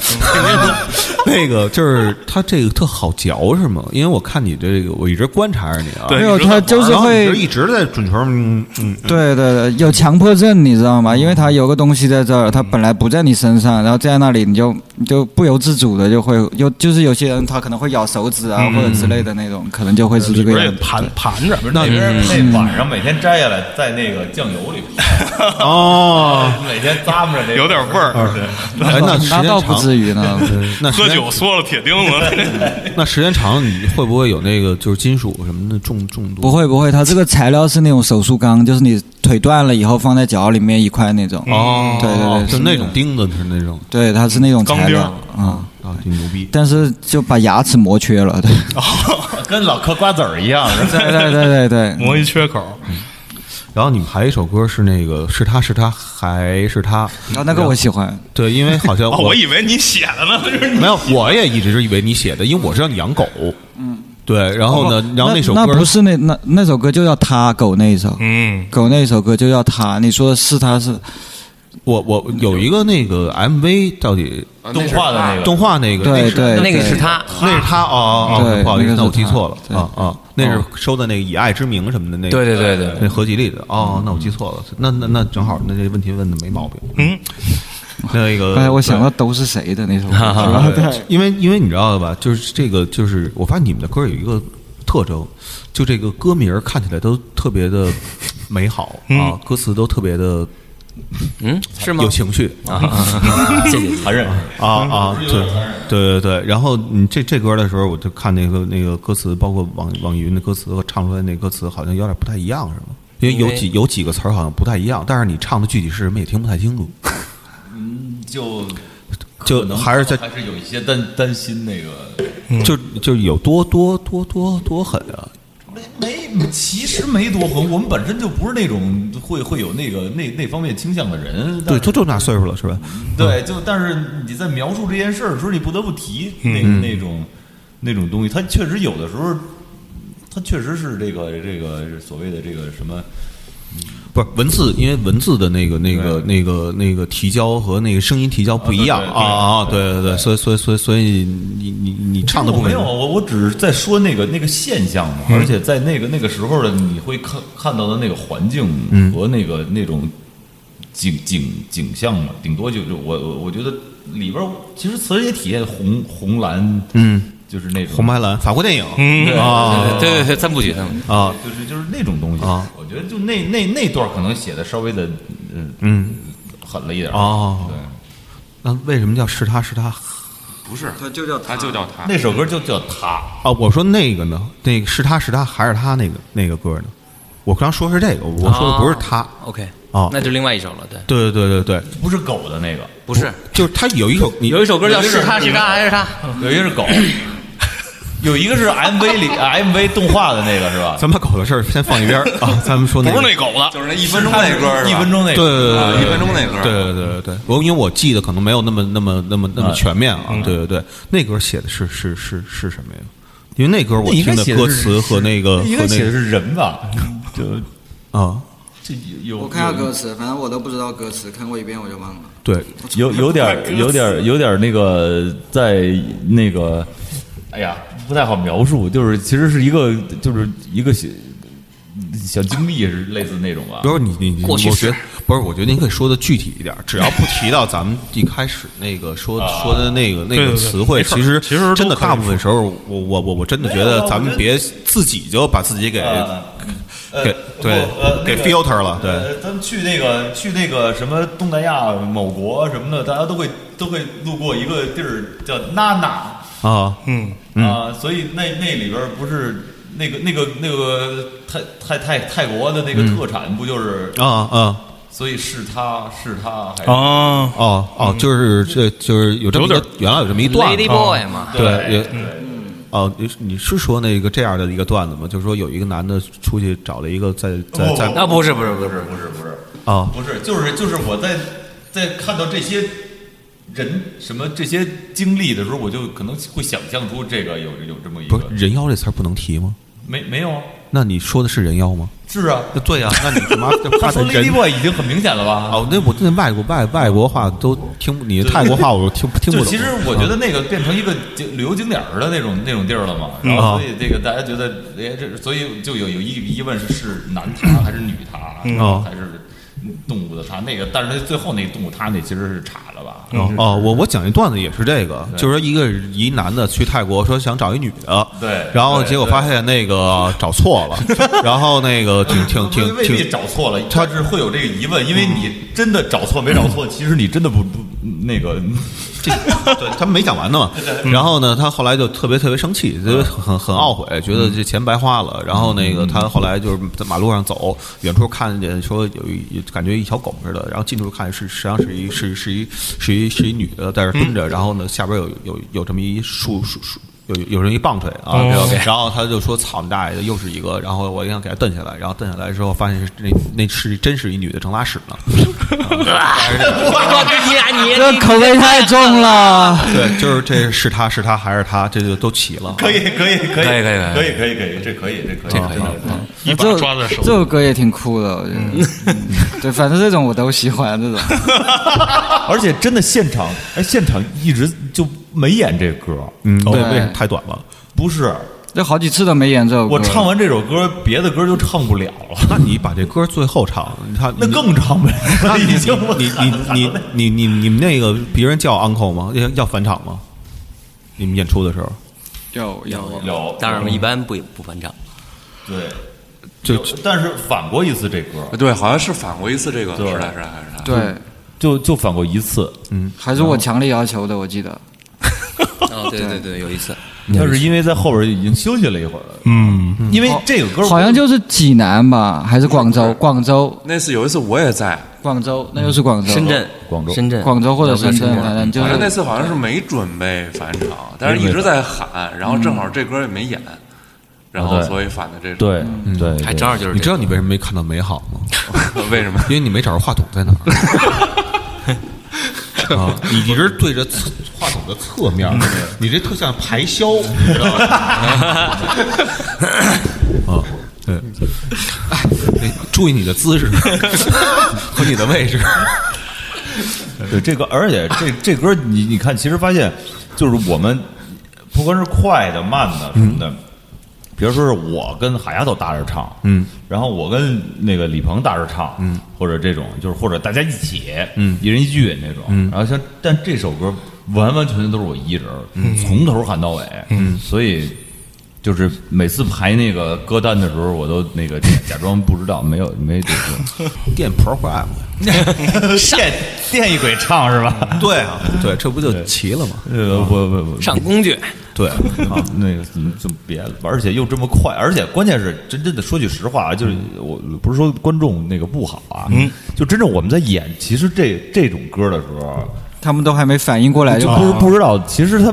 那个就是它这个特好嚼是吗？因为我看你这个，我一直观察着你啊。对没有，你知道他就是然后你会就一直在准球，嗯嗯，嗯对对对，有强迫症，你知道吗？因为它有个东西在这儿，它本来不在你身上，然后在那里，你就你就不由自主的就会有，就是有些人他可能会咬手指啊，或者之类的那种，可能就会是这个不是也样子。盘盘着，那那边那晚上每天摘下来，在那个酱油里，哦，每天咂摸着这个有点味儿。哎，那时间那倒不长，至于呢，那时喝间酒缩了铁钉 [LAUGHS] 子，那时间长了，你会不会有那个就是金属什么的中中毒？不会不会，它这个材料是那种手术钢，就是你腿断了以后放在脚里面一块那种。哦，对对对，就是那种。钉子是那种对，它是那种材料钢啊、啊，挺牛逼。但是就把牙齿磨缺了。对 [LAUGHS] 跟老嗑瓜子儿一样。对 [LAUGHS] 对对对对，磨一缺口。然后你们还有一首歌是那个是他是他还是他，啊，那个我喜欢。对，因 [LAUGHS] 为好像哦，我以为你写的呢，就是你没有，我也一直以为你写的，因为我知道你养狗。嗯，对，然后呢，然后那首那歌不是那那那首歌就叫他狗那一首，嗯，狗那一首歌就叫他。你说的是他是我我有一个那个 MV 到底动画的那个动画那个，对对，那个对是他，那是他哦哦哦，对不好意那个思，是那我记错他了对啊啊，那是收的那个以爱之名什么的那个，对对对对那合集里的哦，那我记错了，那那那正好，那这问题问的没毛病。嗯，那个哎刚才我想到都是谁的那首歌，是吧 [LAUGHS] 对，因为因为你知道吧，就是这个，就是我发现你们的歌有一个特征，就这个歌名儿看起来都特别的美好、啊嗯，歌词都特别的嗯，是吗啊有？情绪谢谢。残忍，啊啊，对对对对。然后你这这歌的时候，我就看那个那个歌词，包括网网易云的歌词和唱出来那歌词，好像有点不太一样，是吗？因为有因为几有几个词儿好像不太一样，但是你唱的具体是什么也听不太清楚，就就还是在还是有一些担担心那个。就就有多多多多多狠啊！没，其实没多狠，我们本身就不是那种会会有那个那那方面倾向的人。但对，是就就那岁数了，是吧？对，就但是你在描述这件事儿的时候，你不得不提那、嗯那种那种东西，它确实有的时候，它确实是这个这个所谓的这个什么，不是文字，因为文字的那个、那个、对那个、那个提交和那个声音提交不一样啊对对啊啊！对对对，所以所以所以所以你你你唱的部我没分有，我我只是在说那个那个现象嘛，嗯而且在那个那个时候的你会看看到的那个环境嗯和那个、那种景景景象嘛，顶多就是我我我觉得里边儿其实词儿也体现红红蓝，嗯，就是那种红白蓝法国电影嗯啊对对对，哦三部曲三部曲。啊就是就是那种东西啊我觉得就那那那段可能写的稍微的嗯啊嗯狠了一点儿，哦对，那为什么叫是他是他不是，他就叫他就叫他。啊那首歌就叫他，啊？我说那个呢，那个是他是他还是他那个那个歌呢？我刚说是这个，我说的不是他。 OK，哦那就另外一首了。对，对对对对对，不是狗的那个，不是就是他有一首你有一首歌叫《是他是他还是他》，有一个是 [LAUGHS] 狗，有一个是 MV 里 MV 动画的那个是吧？咱把狗的事儿先放一边儿啊，咱们说不那是个那狗了，就是那一分钟那歌儿是吧，一分钟那对个，啊对对对，一分钟那歌儿，对对对对对，我因为我记得可能没有那么那么那么那么全面啊。对对对，那歌写的是是是是什么呀？因为那歌我那应听该的写的歌是词和那个应和该写的那个是人吧？就啊，这有我看下歌词，反正我都不知道歌词，看过一遍我就忘了。对，有有点儿有点儿有点儿那个在那个，哎呀，不太好描述，就是其实是一个就是一个小嗯小经历是类似那种吧比。如你你你，我过去觉式得不是，我觉得您可以说的具体一点，只要不提到咱们一开始那个说说的那个那对对个对词汇，没事儿其实其实都真的可以大部分时候，我我我我真的觉没有啊得我咱们觉得别自己就把自己给呃给对不呃给那个 filter 了，对。呃，咱们去那个去那个什么东南亚某国什么的，大家都会都会路过一个地儿叫娜娜。啊，嗯，啊，所以那那里边儿不是那个那个那个泰泰泰泰国的那个特产不就是？嗯啊啊所以是他是他还是？啊，哦嗯哦，就是这就是有这么一有个点原来有这么一段子 Lady Boy 嘛，对，也嗯哦，你是你是说那个这样的一个段子吗？就是说有一个男的出去找了一个在在不在啊，不是不是不不是，是不是不是啊不是，就是就是我在在看到这些人什么这些经历的时候，我就可能会想象出这个有有这么一不个是人妖这词儿不能提吗？没没有啊？那你说的是人妖吗？是啊，对呀、那你他 [LAUGHS] 妈就他怕说他 Lady 人 Boy 已经很明显了吧？哦，那我那外国外外国话都听不，你泰国话我都听不听就不懂。啊其实我觉得那个变成一个景旅游景点儿的那种那种地儿了嘛，然嗯啊后所以这个大家觉得，哎，这所以就有有疑疑问是是男塔还是女塔，哦还是动物的塔？那个，但是它最后那动物塔那其实是岔了吧？哦，我我讲一段子也是这个，就是说一个一男的去泰国说想找一女的，对然后对结果对发现那个找 [LAUGHS] 错了，然后那个 [LAUGHS] 挺挺挺未必挺找错了，他是会有这个疑问，因为你真的找错没找错，其实你真的不不那个，这对他没讲完呢嘛。然后呢，他后来就特别特别生气，就很很懊悔，觉得这钱白花了。然后那个他后来就是在马路上走，远处看见说有一感觉一小狗似的，然后近处看是实际上是一是是一是一是一女的在那儿蹲着，然后呢下边有有有这么一树树树。有有人一棒槌啊，然后他就说：“操你大爷的，又是一个！”然后我想给他蹬下来，然后蹬下来之后，发现是那那是真是一女的正拉屎呢。哇，你俩你这口味太重了。对，就是这是他是他还是他，这就都齐了。可以可以可以可以可以可以可以可以，这可以这可以这啊嗯可以。一把这抓在手这首歌也挺酷的，我觉得。嗯 [LAUGHS] 对，反正这种我都喜欢，这种而且真的现场，哎，现场一直就没演这歌，哦嗯，对，对为什么太短了？不是这好几次都没演这首歌。我唱完这首歌，别的歌就唱不了了，那你把这歌最后唱，你 [LAUGHS] 看那更唱不了 [LAUGHS] 那了，你已经我你操你你你你你们那个别人叫 uncle 吗？要要返场吗？你们演出的时候，有有有当然了，一般不不翻唱。对，就有但是反过一次这歌，对，好像是反过一次这个，对是的，是的，还是的。对，就就反过一次，还是我强烈要求的，我记得。哦，对对对，有一次。那是因为在后边已经休息了一会儿了，嗯，因为这个歌好像就是济南吧，还是广 [LAUGHS] 州？广州，那次有一次我也在，广州，那又是广州。深圳、广州深圳、广州或者要不然深圳反正就反正那是次好像是没准备返场，但是一直在喊，然后正好这歌也没演，然后对所以反的这对对，还对哎正好就是你知这道你为什么没看到美好吗？个为什么？因为你没找着话筒在哪儿。啊，你一直对着侧话筒的侧面，你这特像排箫，你知道吗？啊，对，哎，注意你的姿势和你的位置。 [LAUGHS] 对这个，而且这这歌你你看，其实发现就是我们不管是快的、慢的什么的，比如说是我跟海丫头搭着唱，嗯，然后我跟那个李鹏搭着唱，嗯，或者这种就是或者大家一起，嗯，一人一句那种，嗯，然后像但这首歌完完全全都是我一人，嗯，从头喊到尾，嗯，所以。就是每次排那个歌单的时候，我都那个假假装不知道，没有没这个 [LAUGHS] 电 program， [LAUGHS] 电电一鬼唱是吧？对啊，对，这不就齐了吗？呃，我我我个上工具，对，啊， [LAUGHS] 那个嗯就别了，而且又这么快，而且关键是真真的说句实话啊，就是我不是说观众那个不好啊，嗯，就真正我们在演，其实这这种歌的时候，啊他们都还没反应过来，就 [LAUGHS] 就不是不知道，其实他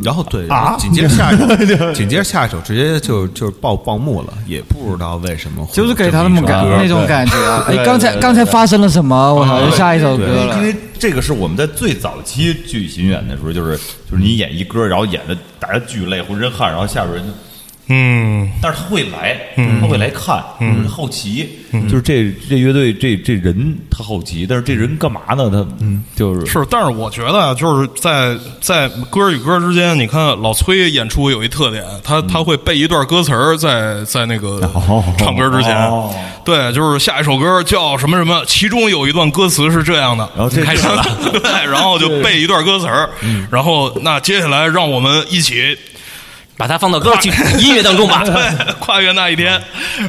然后对啊紧接着下一首，紧接着下一首直接就就是爆爆幕了，也不知道为什么会就是给他这那么么一首感歌那种感觉 [LAUGHS] 啊！哎，对对刚才对对刚才发生了什么？我好像下一首歌对，因了。为这个是我们在最早期剧巡演的时候，就是就是你演一歌，然后演的大家巨累，浑身汗，然后下边人就嗯，但是他会来，他会来看，就是好奇，就是这这乐队这这人他好奇，但是这人干嘛呢？他就是是，但是我觉得啊，就是在在歌与歌之间，你看老崔演出有一特点，他他会背一段歌词儿，在在那个哦唱歌之前哦，对，就是下一首歌叫什么什么，其中有一段歌词是这样的，然后这开始了，对，然后就背一段歌词儿，然后那接下来让我们一起把它放到歌曲音乐当中吧， [LAUGHS] 对跨越那一天，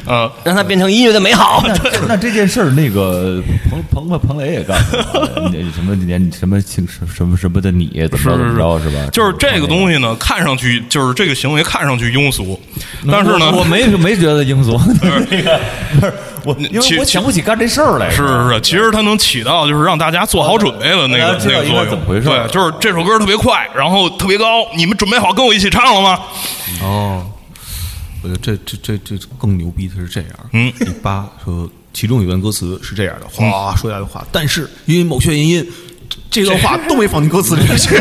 呃， [LAUGHS] 让它变成音乐的美好。 [LAUGHS] [COUGHS] 那这件事儿，那个彭彭彭彭雷也干过，啊 [LAUGHS] 那什么年什么情什什么什么的你怎么着怎么着是啊吧？就是这个东西呢，看上去就是这个行为看上去庸俗，但是呢，我我没没觉 [LAUGHS] 得英俗，那个不是我，因为我想不起干这事儿来。是是是，其实它能起到就是让大家做好准备的那大家个知那道个应作该用。怎么回事对，就是这首歌特别快，然后特别高，你们准备好跟我一起唱了吗？哦，我觉得这这这这更牛逼的是这样，嗯你爸说其中有一段歌词是这样的，哗说一大堆话，但是因为某些原因，这段话都没放进歌词里去。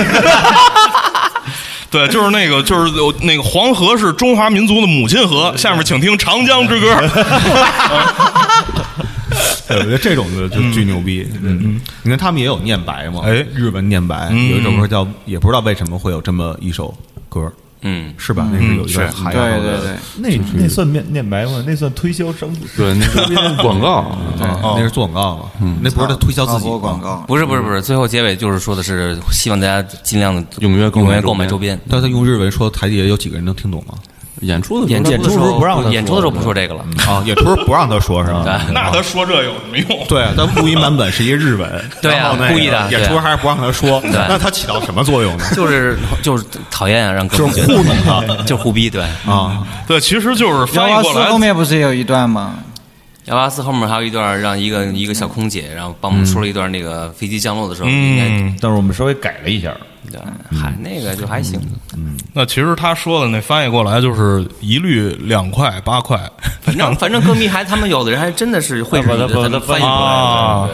对，就是那个，就是有那个黄河是中华民族的母亲河。下面请听《长江之 [LAUGHS] 歌》。对 [LAUGHS] 我觉得这种的就巨牛逼。嗯，你看他们也有念白嘛，哎日本念白有一首歌叫，也不知道为什么会有这么一首歌，嗯，是吧？那是有一段海洋对的对对，那那算念念白吗？那算推销商品。 [LAUGHS] 对，那 [LAUGHS] 是广告，嗯对哦哦那是做广告嘛，嗯那不是他推销自己插播吗广，告，不是不是不是，最后结尾就是说的是希望大家尽量的踊跃购买踊跃购周周边边。但是他用日文说台底下有几个人能听懂吗？演出的时候演他演出是的时不是候不让他嗯演出的时候不说这个了，啊，也不是不让他说，是吧？ [LAUGHS] 哦那他说这有什么用？对，但录音版本是一日文，对啊然后那个故意的演对出啊还是不让他说，那他起到什么作用呢？就是就是讨厌啊，让各种就是糊弄他， [LAUGHS] 就是互逼对。啊，对，其实就是幺翻八译过四来后，面不是也有一段吗？幺八四后面还有一段让一个一个小空姐，然后帮我们说了一段那个飞机降落的时候，应该嗯，但是我们稍微改了一下，对，还那个就还行，那其实他说的那翻译过来就是一律两块八块，反正反正歌迷还他们有的人还真的是会日语的，才能翻译过来，啊，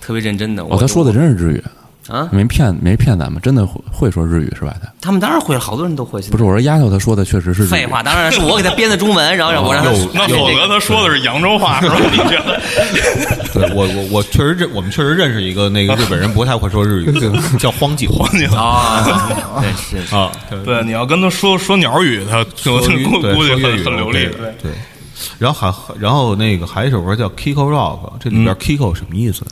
特别认真的。哦，我他说的真是日语，啊，没骗没骗咱们，真的会会说日语是吧？他他们当然会了，好多人都会。不是我说丫头，他说的确实是日语废，话，当然是我给他编的中文，然后让我让他那否则他说的是扬州话是吧？你觉得？ [LAUGHS] 对我我我确实认，我们确实认识一个那个日本人不太会说日 [LAUGHS] 语，叫荒井荒井啊，对是是啊，对对，你要跟他说说鸟语，他说 [LAUGHS] 估粤语估对估计说粤很语很流利。对对。对然后还然后那个还有一首歌叫 Kiko Rock，这里边 Kiko 什么意思？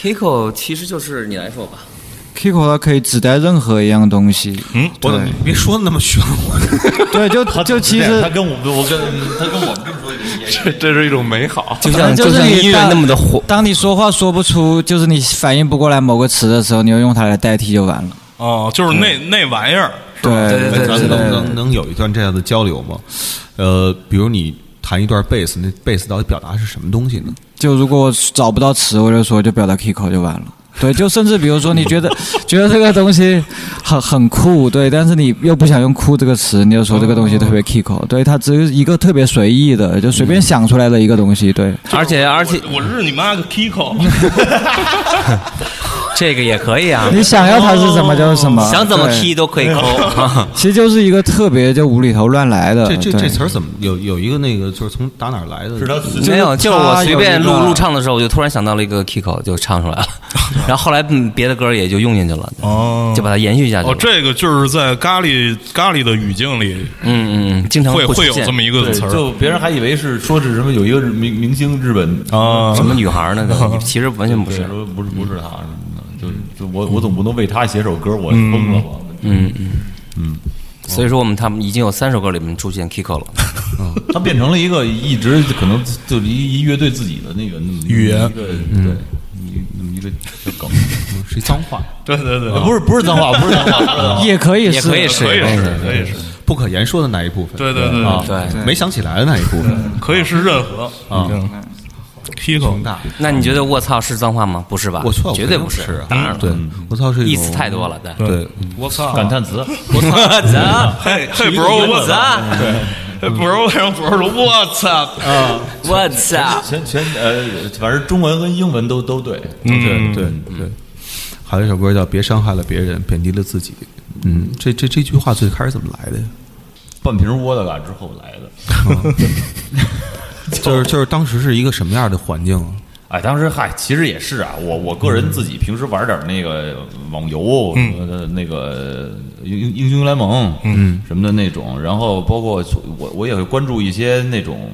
Kiko，其实就是你来说吧， Kiko 它可以指代任何一样东 [LAUGHS] 西，嗯，我怎么你别说那么玄乎？对，就就其他实跟我们我跟他跟我们这这是一种美好。就可像能哦就是像你音乐大那么的火，当你说话说不出，就是你反应不过来某个词的时候，你就用它来代替就完了。哦，就是那那玩意儿，对对哦对 [LAUGHS] 咱对们能对，能能有一段这样的交流吗？呃，比如你弹一段贝斯，那贝斯到底表达是什么东西呢？就如果我找不到词，我就说就表达 Kiko 就完了。对，就甚至比如说你觉得 [LAUGHS] 觉得这个东西很很酷，对，但是你又不想用“酷”这个词，你就说这个东西特别 Kiko，对，它只是一个特别随意的，就随便想出来的一个东西，对。而且而且我我日你妈个 Kiko！啊这个也可以啊，你想要 [LAUGHS] 它是什么就是什么，哦想怎么对 P 都可以抠。其实就是一个特别就无厘头乱来的。嗯这这对这词儿怎么有有一个那个就是从打哪儿来的？是他没有，就是我随便录他有一个录唱的时候，我就突然想到了一个 Kiko，就唱出来了。然后后来嗯别的歌也就用进去了，哦就把它延续下去哦，了。这个就是在咖喱咖喱的语境里嗯嗯，嗯经常会出会有现这么一个对词儿就别人还以为是说是什么有一个明明星日本啊什么女孩呢？其实完全不是对。说不是不是他什么的，就就我我总不能为他写首歌，我疯了吧？嗯嗯所以说我们他们已经有三首歌里面出现 Kiko 了。 [LAUGHS] 他变成了一个一直可能就是一一乐队自己的那个那么一个语言嗯一个对，一那么一个小梗，是一脏话，对对对，不是不是脏话，不是脏话，也可以是，也可以是可以是可以是，不可言说的那一部分，对对对啊对，对，没想起来的那一部分。可以是任何啊嗯 Kiko 大，那你觉得卧槽是脏话吗？不是吧？我错，绝对不不是，是啊，当然了，对，我操，是一种意思太多了。对，对，我操，感叹 [LAUGHS] 词，我操，嘿嘿 bro，我操咋？嘿，bro，让 bro 说我操，我操！全全呃，反正中文跟英文都都对，嗯对对对。还有一首歌叫《别伤害了别人，贬低了自己》。嗯，这这这句话最开始怎么来的呀？半瓶窝的嘎之后来的。就是就是当时是一个什么样的环境啊？哎，当时嗨，其实也是啊，我我个人自己平时玩点那个网游，嗯呃，那个英英英雄联盟，嗯，什么的那种，然后包括我我也会关注一些那种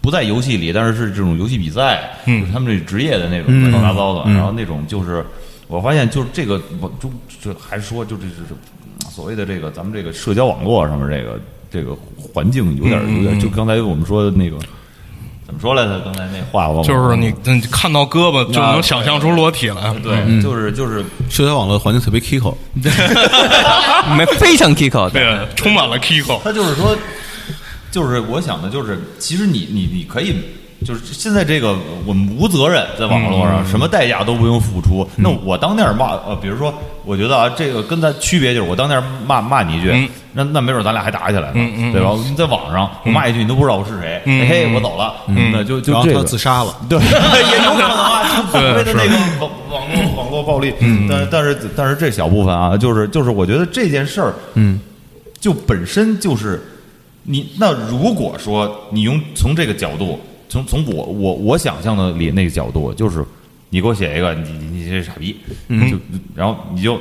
不在游戏里，但是是这种游戏比赛，嗯，就是他们这职业的那种乱七八糟的，嗯然后那种就是我发现就是这个我就就还说就这就是所谓的这个咱们这个社交网络上面这个这个环境有点嗯有点，就刚才我们说的那个。怎么说来着？刚才那话我忘了就是你你看到胳膊就能想象出裸体来，对，嗯就是就是社交网络环境特别 Kiko，没非常 Kiko 的。对，充满了 Kiko，他就是说，就是我想的就是，其实你你你可以。就是现在这个，我们无责任在网嗯络上，什么代价都不用付出。那我当面骂，呃，比如说，我觉得啊，这个跟咱区别就是，我当面骂骂你一句嗯，那那没准咱俩还打起来呢嗯，嗯嗯对吧？你在网上我骂一句，你都不知道我是谁，哎嘿，我走了，那就就然后这他个 [LAUGHS] 自杀了。对，也有可能啊，就所谓的那个网网络网络暴力，嗯但但是但是这小部分啊，就是就是我觉得这件事儿，嗯，就本身就是你那如果说你用从这个角度，从从我我我想象的里那个角度，就是你给我写一个你你你这傻逼，嗯就然后你就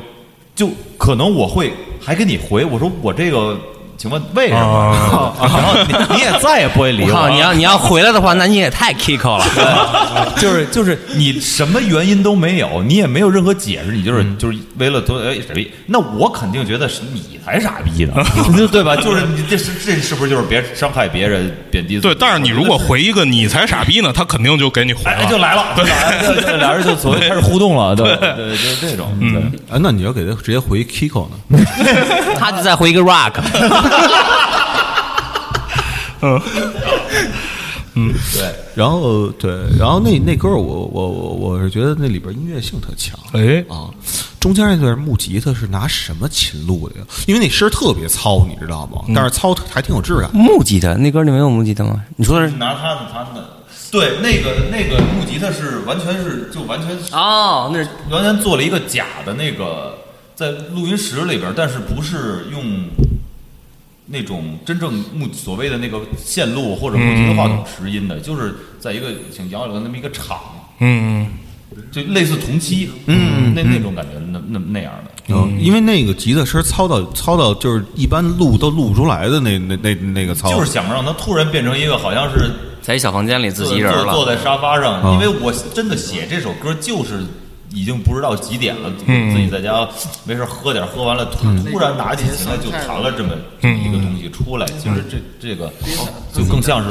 就可能我会还给你回，我说我这个。请问为什么？ [LAUGHS] 然后你你也再也不会理哦我我靠，了。你要你要回来的话，那你也太 Kiko 了。就是就是你什么原因都没有，你也没有任何解释，你就是、就是为了做哎傻逼，那我肯定觉得是你才傻逼 [LAUGHS] 呢，对吧？就是你这是这是不是就是别伤害别人，贬低自己？对，但是你如果回一个你才傻逼呢，他肯定就给你回哎了。就来了，对 [LAUGHS] 对对，俩人就所谓开始互动了，对 [LAUGHS] 对对，就是这种，嗯，哎，那你要给他直接回 Kiko 呢？ [LAUGHS] 他就再回一个 rock，然后对，然后那那歌儿我我我我是觉得那里边音乐性特强哎，啊，中间那段木吉他是拿什么琴录的呀？因为那声儿特别糙，你知道吗？但是糙还挺有质感。木吉他那歌里没有木吉他吗？你说的是？拿他的他的，对，那个那个木吉他是完全是就完全是哦，那是完全做了一个假的那个，在录音室里边儿，但是不是用那种真正木所谓的那个线路或者木吉他话筒拾音的，就是在一个挺摇滚的那么一个场，嗯，就类似同期，嗯，那那种感觉，那那那样的。嗯，因为那个吉他声儿糙到糙到就是一般录都录不出来的那那那那个糙，就是想让它突然变成一个好像是在一小房间里自己一人坐坐了。在沙发上，嗯因为我真的写这首歌就是已经不知道几点了，嗯自己在家没事喝点，喝完了突突然拿起琴来就弹了这么嗯一个东西出来，其实这这个就更像是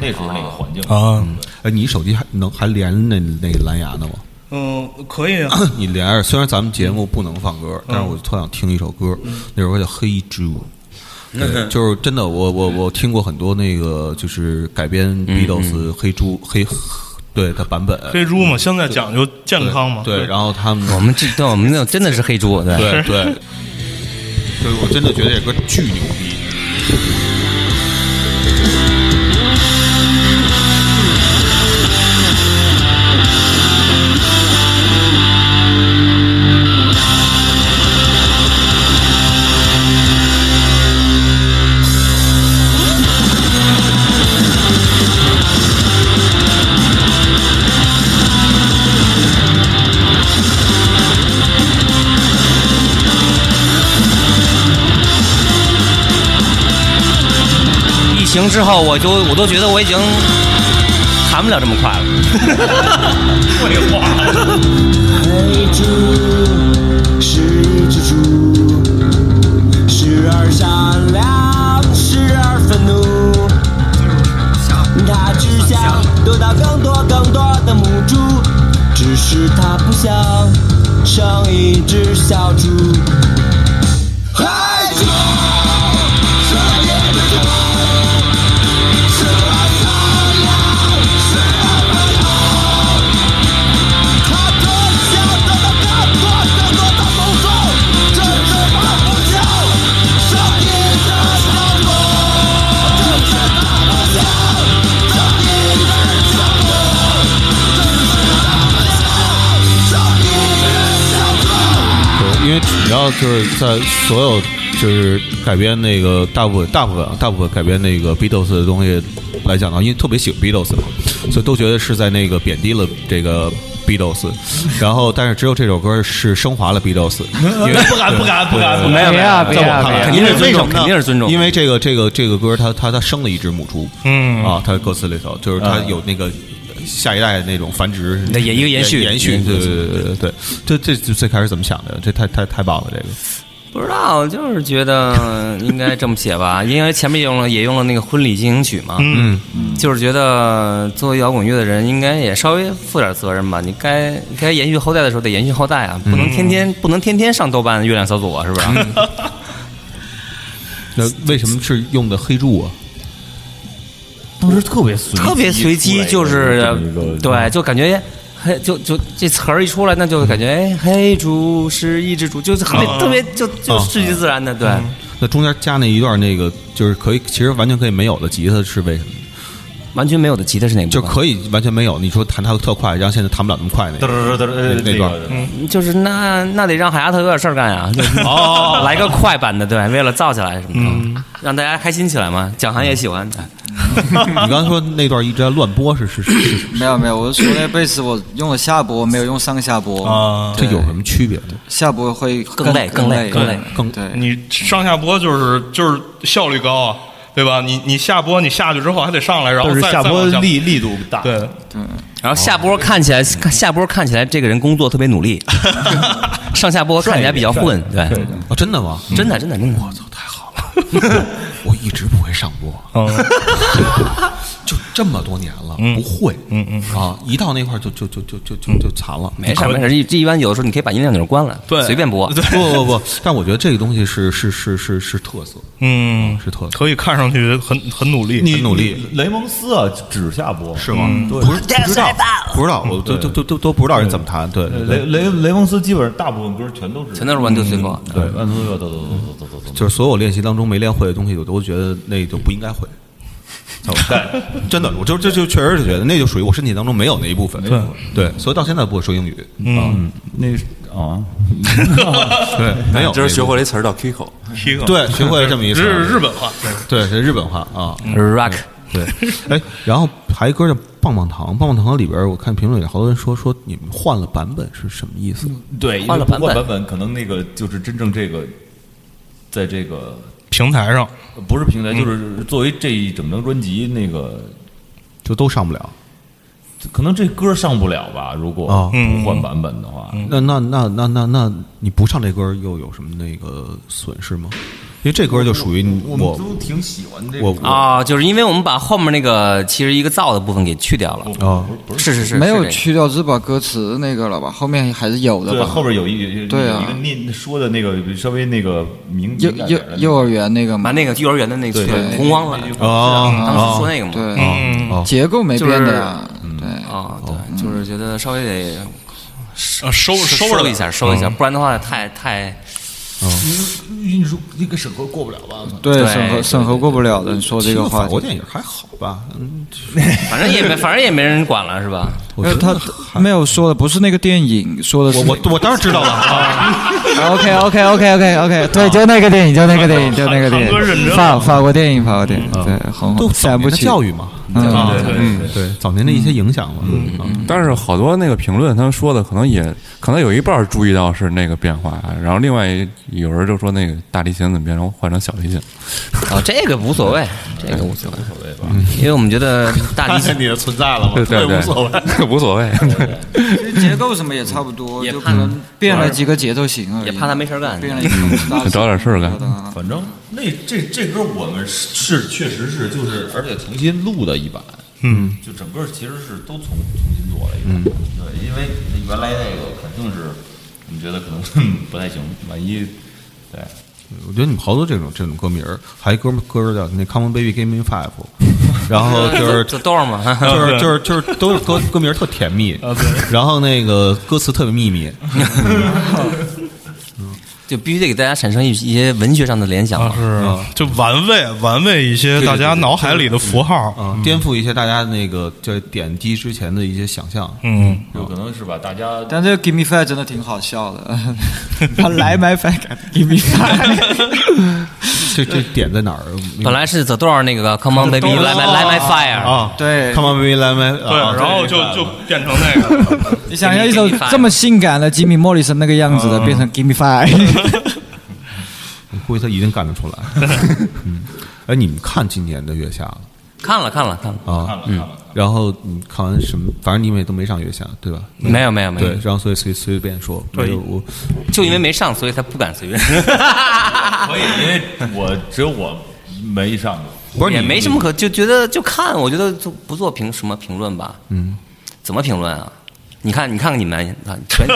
那时候那个环境。啊，哎，你手机还能还连那那个蓝牙呢吗？嗯，可以啊， [CLEARS THROAT] 嗯你连着，虽然咱们节目不能放歌，但是我特想听一首歌，那首歌叫《黑 [LAUGHS] 猪》。对就是真的，我我我听过很多那个，就是改编 Beatles 黑猪黑对的版本，黑猪嘛，现在讲究健康嘛，对，然后他们我们这对我们那种真的是黑猪，对。对对，就是我真的觉得这歌巨牛逼。疫情之后，我就我都觉得我已经谈不了这么快了。黑猪是一只猪，时而善良，时而愤怒。它只想得到更多更多的母猪，只是它不想生一只小猪。黑猪是一只猪，时而善良，时而愤怒。他只想得到更多更多的某种，只是他不想生一只小猪，只是对，呃他不想生一只小猪，只是他不想生一只小猪。因为只要就是在所有就是改编那个大部分大部分啊大部分改编那个 Beatles 的东西来讲的话，因为特别喜欢 Beatles 嘛，所以都觉得是在那个贬低了这个 Beatles，然后但是只有这首歌是升华了 Beatles，因为 [LAUGHS] 不敢不敢不敢，没有没有，在我看来，肯定是因为尊为什重，么呢肯定是尊重。因为这个这个这个歌，它它它生了一只母猪，嗯啊，它的歌词里头就是它有那个下一代那种繁殖，那也一个延续延续，对对对对对对，这这这最开始怎么想的？这太太太棒了，这个。不知道，就是觉得应该这么写吧，因为前面也用了也用了那个婚礼进行曲嘛，嗯，就是觉得作为摇滚乐的人，应该也稍微负点责任吧。你该该延续后代的时候得延续后代嗯啊，不能天天不能天天上豆瓣月亮小组啊，是不是？ [LAUGHS] 那为什么是用的黑柱啊？当时特别随特别随机，就是呃对，就感觉。嘿，就就这词儿一出来，那就感觉哎，黑猪是一只猪，就是很嗯特别，就就啊顺其自然的，对。那中间加那一段那个，就是可以，其实完全可以没有的吉他是为什么？完全没有的吉他是哪个部就分？可以完全没有。你说弹它特快，然后现在弹不了那么快那嘚 [LAUGHS] 嘚个。嘚嘚那段个嗯就是那那得让海丫头有点事儿干呀、哦， [LAUGHS] 来个快版的，对，为了造起来什么的，嗯让大家开心起来嘛。蒋涵也喜欢，你刚才说那段一直在乱播，是是是是是，没有没有，我是说那贝斯我用了下拨，没有用上下拨啊这对有什么区别？下拨会哦更累累更累累更累更对。你上下播就是就是效率高啊，对吧？你你下播你下去之后还得上来，然后就是再下再播往下力力度大，对，然后下播看哦起来，下播看起来这个人工作特别 [LAUGHS] 努力，上下播看起来比较混，对，哦，真的吗？嗯真的真的真的，太好了，我一直不会上播， [LAUGHS] 就这么多年了，不会，哦嗯嗯啊，一到那块儿就就就就就就就残了，没事儿没事儿，这这一般有的时候你可以把音量钮关了，对随便播， [LAUGHS] 不不不，但我觉得这个东西是是是是是特色，嗯，是特色。可以看上去很很努力，很努力雷蒙斯啊，只下播是吗？对不是不知道，不知道，我都都都都都不知道人怎么弹。对对雷对，雷雷蒙斯基本上大部分歌全都是全都是 one two three four。对，嗯万斯走走走走走走走，就是所有练习当中没练会的东西，我都觉得那就不应该 [LAUGHS] 会。对， [LAUGHS] 真的，我就就就确实是觉得那就属于我身体当中没有那一部分。对对，所以到现在不会说英语，嗯，那是啊，对，没有，今儿学会了一词儿叫 Kiko，劈个，对，学会了这么一这词是儿，日本话，对，是日本话啊。嗯 Rock，对，哎，然后还有一歌叫《棒棒糖》，《棒棒糖》里边儿我看评论里好多人说说你们换了版本是什么意思？对，因换为了不版过本版本可能那个就是真正这个，在这个平台上，不是平台，嗯就是作为这一整张专辑那个。就都上不了。可能这歌上不了吧？如果啊嗯不换版本的话，那那那那那那你不唱这歌又有什么那个损失吗？因为这歌就属于我我挺喜欢这嗯我啊，就是因为我们把后面那个其实一个燥的部分给去掉了，啊是是是，哦没是这有个去掉，只把歌词那个了吧，后面还是有的对，吧。后边有一对啊有一个念说的那个稍微那个明幼敏感幼点儿的幼儿园那那个个把嘛，那个幼儿园的那个对红光了，啊当时说那个嘛，对，嗯，哦结构没变的呀。对，啊，对，就是觉得稍微得啊收收收着一下，收一嗯下，不然的话太太运输那个审核过不了吧？对，对审核审核过不了的，你说这这个个话法国题。电影还好吧？嗯，反正也没，反正也没人管了，是吧？我因觉为得他还呃没有说的不是那个电影，说的是我我我当然知道了 [LAUGHS] 啊， OK OK OK OK OK，对，就那个电影，就那个电影，就那个电韩哥认真影，了法法国电影，法国电影，对，很都好，早三部年的曲，教育嘛，啊嗯，对对对，对早年的一些影响嘛，嗯但是好多那个评论他们说的可能也可能有一半儿注意到是那个变化，啊然后另外有人就说那个大提琴怎么变成换成小提琴，啊，这个无所谓，这个无所谓，无所谓吧？因为我们觉得大提琴你的存在了嘛，对对对，无所谓，谓， [LAUGHS] 无所谓，其实结构什么也差不多，也就可怕能变了几个节奏型而已。也怕他没事儿干，变 [LAUGHS] 了一个，找点事儿干干。反正那这这歌我们是确实是就是，而且重新录的一版，嗯，就整个其实是都重重新做了一版，对，因为原来那个肯定是我们觉得可能 [LAUGHS] 不太行，万一对我觉得你们好多这种这种歌名儿，还有一哥们歌儿叫那 Come on Baby Give Me Five，然后 [LAUGHS] 就是这逗儿嘛，就是就是就是都是歌歌名儿特甜蜜，然后那个歌词特别秘密，就必须得给大家产生一一些文学上的联想啊嘛。嗯是，就玩味玩味一些大家脑海里的符嗯号，啊，颠覆一些大家那个就是点击之前的一些想象。嗯，有可能是把大家但这个 Give Me Five 真的挺好笑的， [LAUGHS] 他来买 Five，Give Me Five。这这点在哪儿？本来是 The Door 那个 Come on baby, light my light my fire，啊，对，Come on baby, let me 对，啊然后就就变成那个了， [LAUGHS] 你想要一首这么性感的吉米·莫里森那个样子的，变成 Give Me Five。我估计他一定干得出来。嗯，哎，你们看今年的月下了看了看了看了，啊？嗯，然后你看完什么？反正你们也都没上月下，对吧？没有没有没对有，，然后所以随随便说，没有我就因为没上，所以才不敢随便，可以，因为我只有我没上过，不是也你没什么可就觉得就看，我觉得就不做评什么评论吧，嗯，怎么评论啊？你看，你看看你们，你看全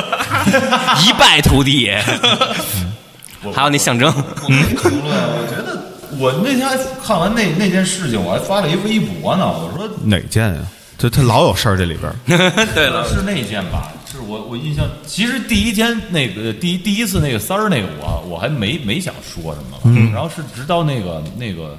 一败涂地，还有那象征，评论，我觉得我那天还看完那那件事情，我还发了一微博呢，我说哪件呀？这他老有事儿这里边儿。 [LAUGHS] 对了，是那件吧？是我我印象，其实第一天那个第一第一次那个三儿嗯那个我我还没没想说什么了，然后是直到那个那个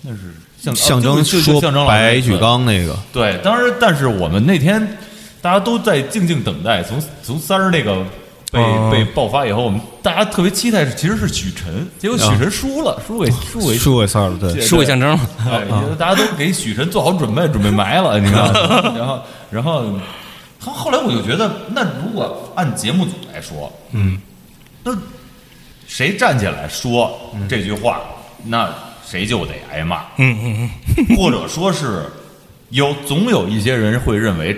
那是象象啊征就就说象征老白师举纲那个，对，当时但是我们那天大家都在静静等待，从从三儿那个被、被爆发以后，我们大家特别期待是其实是许晨，结果许晨输了，输给输给输给三儿了，对，是我象征了。对，大家都给许晨做好准备，准备埋了，你知道吗？ [LAUGHS] 然后，然后，后后来我就觉得，那如果按节目组来说，嗯，那谁站起来说这句话，那谁就得挨骂，嗯嗯嗯， [LAUGHS] 或者说是有总有一些人会认为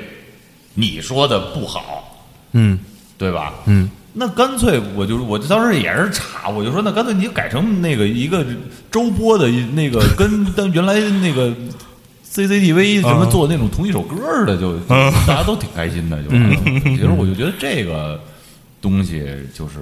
你说的不好，嗯对吧？嗯，那干脆我就我当时也是查，我就说那干脆你就改成那个一个周播的一那个跟跟原来那个嗯 CCTV 什么做那种同一首歌似的，就大家都挺开心的，就完了。嗯其实我就觉得这个东西就是。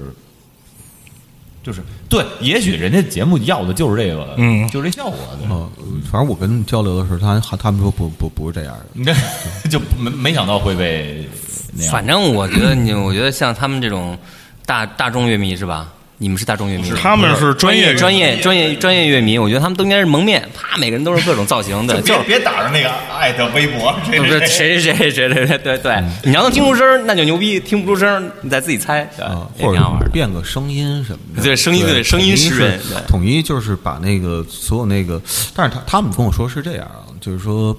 就是对，也许人家节目要的就是这个，嗯，就是这效果，对哦，反正我跟交流的时候，他还他们说不不不是这样的，你看， [LAUGHS] 就没没想到会被那样。反正我觉得你， [CLEARS THROAT] 我觉得像他们这种大大众乐迷是吧？你们是大众乐迷，他们是专专业专业专业专业乐迷，我觉得他们都应该是蒙面，啪，每个人都是各种造型的，就是。 [LAUGHS] 别打着那个艾特微博，不是 [LAUGHS] 谁谁谁谁谁谁对对，你要能听出声儿，那就牛逼；听不出声儿，你再自己猜，对啊，，也或挺好玩者的。变个声音什么的。对声音对声音识人统一是统一就是把那个所有那个，但是他他们跟我说是这样啊，就是说，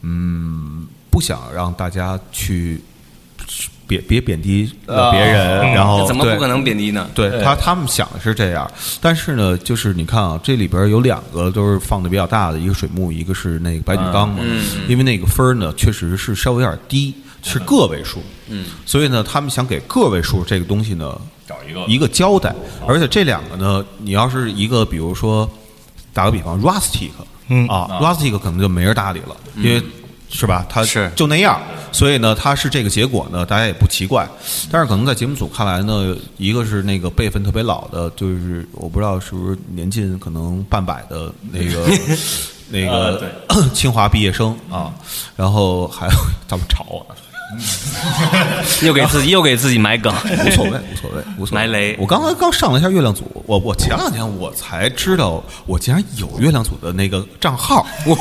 嗯，不想让大家去别别贬低呃别人，然后这啊嗯哎怎么对不可能贬低呢？对他，他们想的是这样，但是呢，就是你看啊，这里边有两个都是放的比较大的，一个水幕，一个是那个白举纲嘛，嗯因为那个分儿呢确实是稍微有点低，是个位数，嗯，所以呢，他们想给个位数这个东西呢找一个一个交代，而且这两个呢，你要是一个比如说打个比方，rustic，嗯啊，rustic 可能就没人搭理了，嗯因为。是吧？他是就那样，所以呢，他是这个结果呢，大家也不奇怪。但是可能在节目组看来呢，一个是那个辈分特别老的，就是我不知道是不是年近可能半百的那 [LAUGHS] 个那呃个、 [COUGHS] 清华毕业生啊，嗯然后还有他们啊吵我、又给自己又给自己埋梗，无所谓，无所谓，无所谓。埋雷我刚才刚上了一下月亮组，我我前两天我才知道，我竟然有月亮组的那个账 [LAUGHS] 号。不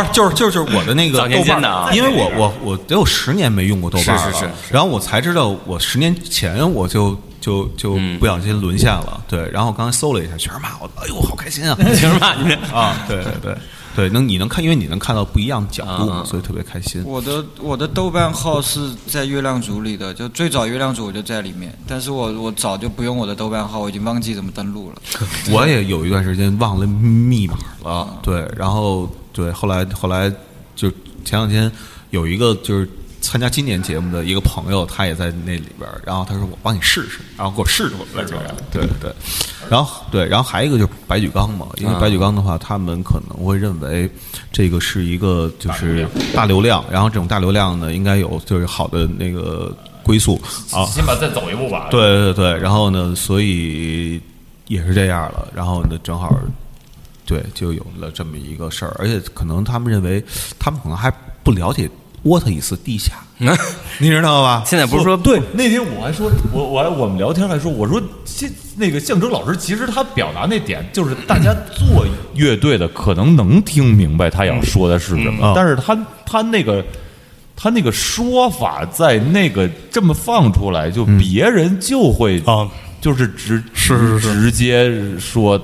是，就是就是就是我的那个早年豆间瓣的啊儿，因为我我我得有十年没用过豆瓣儿了，是是是然后我才知道，我十年前我就。就就嗯不小心沦陷了，对。然后我刚才搜了一下，全是骂我的，哎呦，好开 [LAUGHS] 心啊！行吧？你们啊，对对对对，能你能看，因为你能看到不一样角度嗯嘛，所以特别开心。我的我的豆瓣号是在月亮组里的，就最早月亮组我就在里面，但是我我早就不用我的豆瓣号，我已经忘记怎么登录了。嗯我也有一段时间忘了密码了，对，然后对，后来后来就前两天有一个就是参加今年节目的一个朋友，他也在那里边儿，然后他说我帮你试试，然后给我试试我这边，对对，然后对，然后还有一个就是白举纲嘛，因为白举纲的话，他们可能会认为这个是一个就是大流量，然后这种大流量呢，应该有就是好的那个归宿啊，先把再走一步吧。对对对，然后呢，所以也是这样了。然后呢，正好对就有了这么一个事儿，而且可能他们认为，他们可能还不了解沃特伊斯地下，你知道吧？现在不是说对，那天我还说，我我还我们聊天还说，我说现那个象征老师其实他表达那点就是大家做乐队的可能能听明白他嗯要说的是什么，但是他他那个他那个说法在那个这么放出来，就别人就会嗯啊，就是直是是直接说。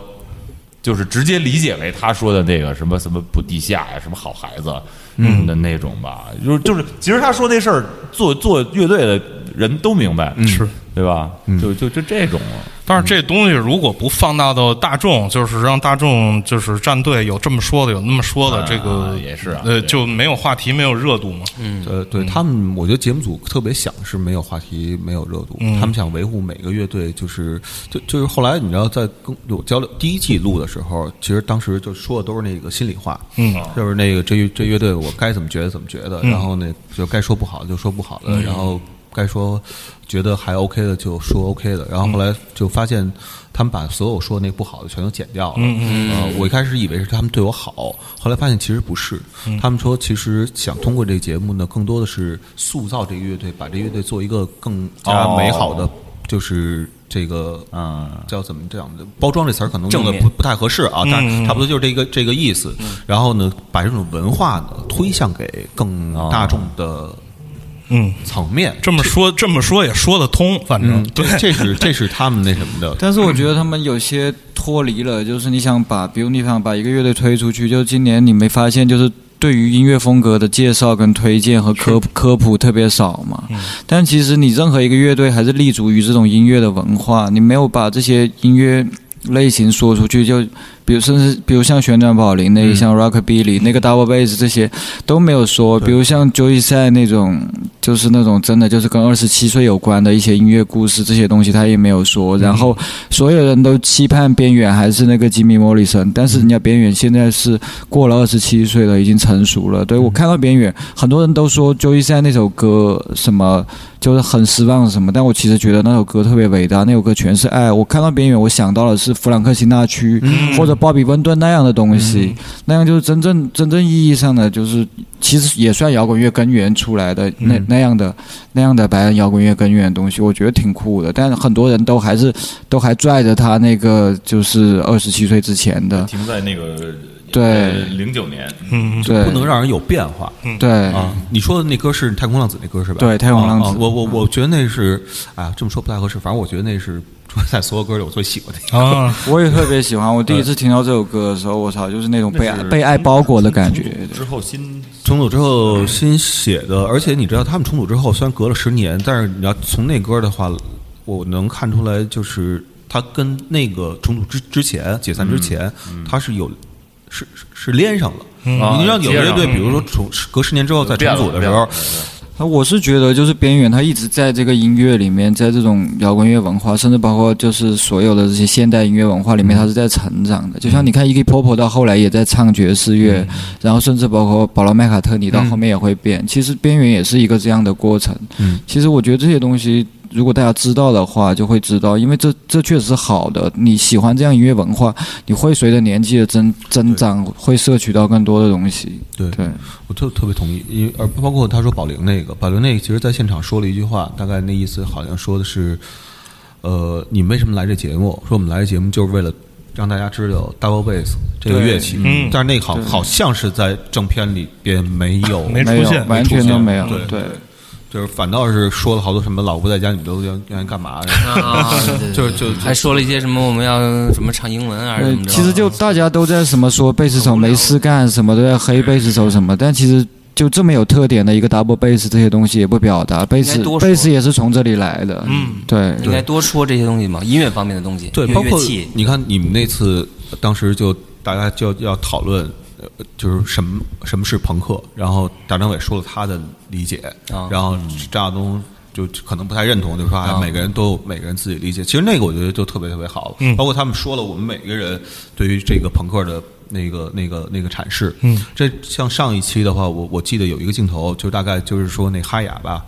就是直接理解为他说的那个什么什么不地下呀，什么好孩子，嗯的那种吧。就是就是，其实他说那事儿，做做乐队的人都明白，是对吧？就就就这种啊， [LAUGHS] 但是这东西如果不放大到大众，就是让大众就是站队有这么说的，有那么说的，这个也是啊呃，对嗯就没有话题，没有热度嘛。嗯呃，对他们，我觉得节目组特别想是没有话题、没有热度，嗯他们想维护每个乐队，就是就就是后来你知道在跟有交流第一季录的时候，其实当时就说的都是那个心里话，嗯，啊就是那个这这乐队我该怎么觉得怎么觉得，然后呢就该说不好就说不好的，然后该说觉得还 OK 的就说 OK 的，然后后来就发现他们把所有说那不好的全都剪掉了。嗯嗯、呃，我一开始以为是他们对我好，后来发现其实不是。他们说其实想通过这个节目呢，更多的是塑造这个乐队，把这乐队做一个更加美好的，就是这个嗯叫怎么讲的包装这词儿可能用的正面不不太合适啊，但是差不多就是这个这个意思。嗯然后呢，把这种文化呢推向给更大众的嗯，层面。嗯这么说这么说也说得通，反正嗯这对，这是这是他们那什么的，但是我觉得他们有些脱离了，就是你想把，比如你想把一个乐队推出去，就是今年你没发现，就是对于音乐风格的介绍跟推荐和科科普特别少嘛。但其实你任何一个乐队还是立足于这种音乐的文化，你没有把这些音乐类型说出去，就比如甚至比如像旋转宝林那，像 rockabilly 那个 double bass 这些都没有说，比如像 Joey 赛那种，就是那种真的就是跟二十七岁有关的一些音乐故事这些东西他也没有说，然后所有人都期盼边缘还是那个吉米·莫里森，但是人家边缘现在是过了二十七岁了，已经成熟了。对我看到边缘，很多人都说 Joey 赛那首歌什么就是很失望什么，但我其实觉得那首歌特别伟大，那首歌全是爱。我看到边缘，我想到的是弗兰克辛纳屈、或者鲍比温顿那样的东西，那样就是真正真正意义上的就是其实也算摇滚乐根源出来的那、那样的那样的白人摇滚乐根源的东西，我觉得挺酷的。但很多人都还是都还拽着他那个就是二十七岁之前的，停在那个呃对零九年，嗯，对不能让人有变化。对啊，你说的那歌是《太空浪子》那歌是吧？对太空浪子啊啊我我我觉得那是，哎呀，这么说不太合适。反正我觉得那是 [LAUGHS] 说在所有歌里我最喜欢的一个。啊，我也特别喜欢。我第一次听到这首歌的时候，我操，就是那种被那爱是被爱包裹的感觉。之后新重组之后新写的，而且你知道他们重组之后虽然隔了十年，但是你要从那歌的话，我能看出来就是他跟那个重组之之前解散之前，嗯他是有是是是连上了。你让有的乐队，比如说重隔十年之后再重组的时候，那啊我是觉得，就是边缘他一直在这个音乐里面，在这种摇滚乐文化，甚至包括就是所有的这些现代音乐文化里面，他是在成长嗯的。就像你看 E.K. Popo 到后来也在唱爵士乐，然后甚至包括保罗麦卡特尼到后面也会变。其实边缘也是一个这样的过程。嗯其实我觉得这些东西。如果大家知道的话，就会知道，因为这这确实是好的。你喜欢这样音乐文化，你会随着年纪的增增长，会摄取到更多的东西。对对，我特特别同意，因为而包括他说宝玲那个，宝玲那个其实在现场说了一句话，大概那意思好像说的是，呃，你们为什么来这节目？说我们来这节目就是为了让大家知道 double bass 这个对乐器，嗯但是那个好好像是在正片里边没有，没没出有现，完全都没有。对对就是反倒是说了好多什么老婆在家你们都愿愿意干 [LAUGHS] 嘛， [LAUGHS] 啊，对对对就是就还说了一些什么我们要什么唱英文啊，还是对怎么，嗯着？其实就大家都在什么说贝斯手没事干什么都要黑贝斯手什么，但其实就这么有特点的一个 double 贝斯这些东西也不表达，贝斯应该多说贝斯也是从这里来的。嗯，对，应该多说这些东西嘛，音乐方面的东西，对，乐包括乐器你看你们那次当时就大家就要讨论，呃，就是什么什么是朋克，然后大张伟说了他的理解，啊然后张亚东。就可能不太认同，就说哎，每个人都有每个人自己理解。其实那个我觉得就特别特别好，包括他们说了我们每个人对于这个朋克的那个、那个、那个阐释。嗯，这像上一期的话，我我记得有一个镜头，就大概就是说那哈雅吧，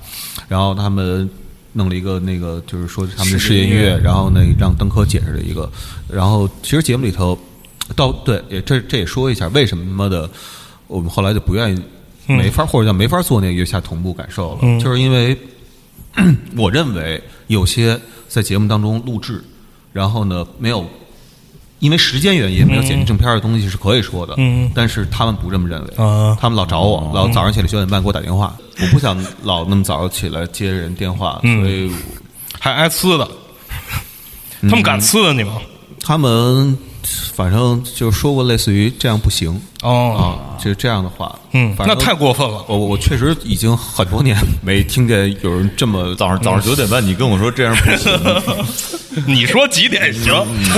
然后他们弄了一个那个，就是说他们的世界音乐，嗯然后呢让登科解释了一个，然后其实节目里头，到对也这这也说一下为什么他妈的我们后来就不愿意没嗯法、或者叫没法做那个月下同步感受了，就是因为 [CLEARS THROAT] 我认为有些在节目当中录制，然后呢没有。因为时间原因，没有剪辑正片儿的东西是可以说的，嗯但是他们不这么认为，啊他们老找我，老早上起来九点半给我打电话，我不想老那么早起来接人电话，嗯所以还挨呲的，[LAUGHS] 嗯他们敢呲的你吗？他们反正就说过类似于这样不行哦，啊，就是这样的话，嗯，反那正太过分了。我我确实已经很多年没听见有人这么早上早上九点半，你跟我说这样不行，你说几点行？嗯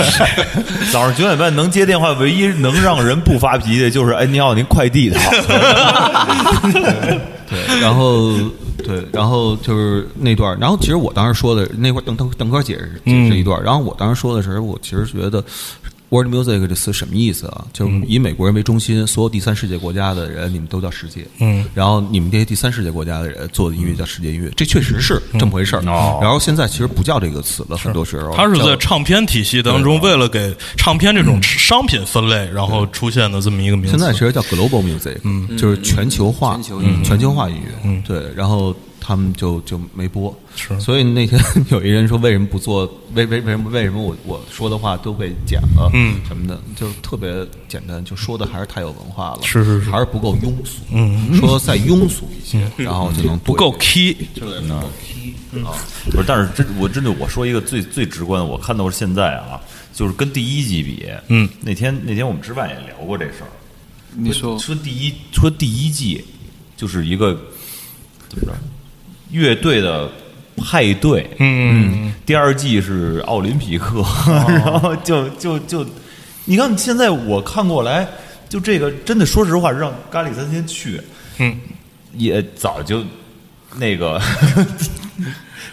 [LAUGHS] 早上九点半能接电话，唯一能让人不发脾气的就是哎，你好，您快递的， [LAUGHS] 对，然后对，然后就是那段儿，然后其实我当时说的那块儿邓邓邓哥解释解释一嗯段儿，然后我当时说的时候，我其实觉得。World Music 这词什么意思啊？就是嗯以美国人为中心，所有第三世界国家的人，你们都叫世界。嗯，然后你们这些第三世界国家的人做的音乐叫世界音乐，这确实是这么回事嗯儿。哦然后现在其实不叫这个词了，很多时候他是叫在唱片体系当中，为了给唱片这种商品分类，然后出现的这么一个名字。现在其实叫 global 嗯 music，嗯，就是全球化，全球化音乐，对。然后他们就就没播。是，所以那天 [LAUGHS] 有一人说为什么不做？为为为什么为什么我我说的话都被剪了？嗯，什么的，就特别简单，就说的还是太有文化了，是是是，还是不够庸俗。嗯，说再庸俗一些，然后就能不不够 key，不是，但是真我真的我说一个最最直观的，我看到是现在啊，就是跟第一季比，嗯，那天那天我们吃饭也聊过这事儿，你说说第一说第一季就是一个怎么着，乐队的派对，嗯，第二季是奥林匹克， [LAUGHS] 然后就就就，你看现在我看过来，就这个真的说实话，让咖喱三千去，嗯，也早就那 [LAUGHS] 个。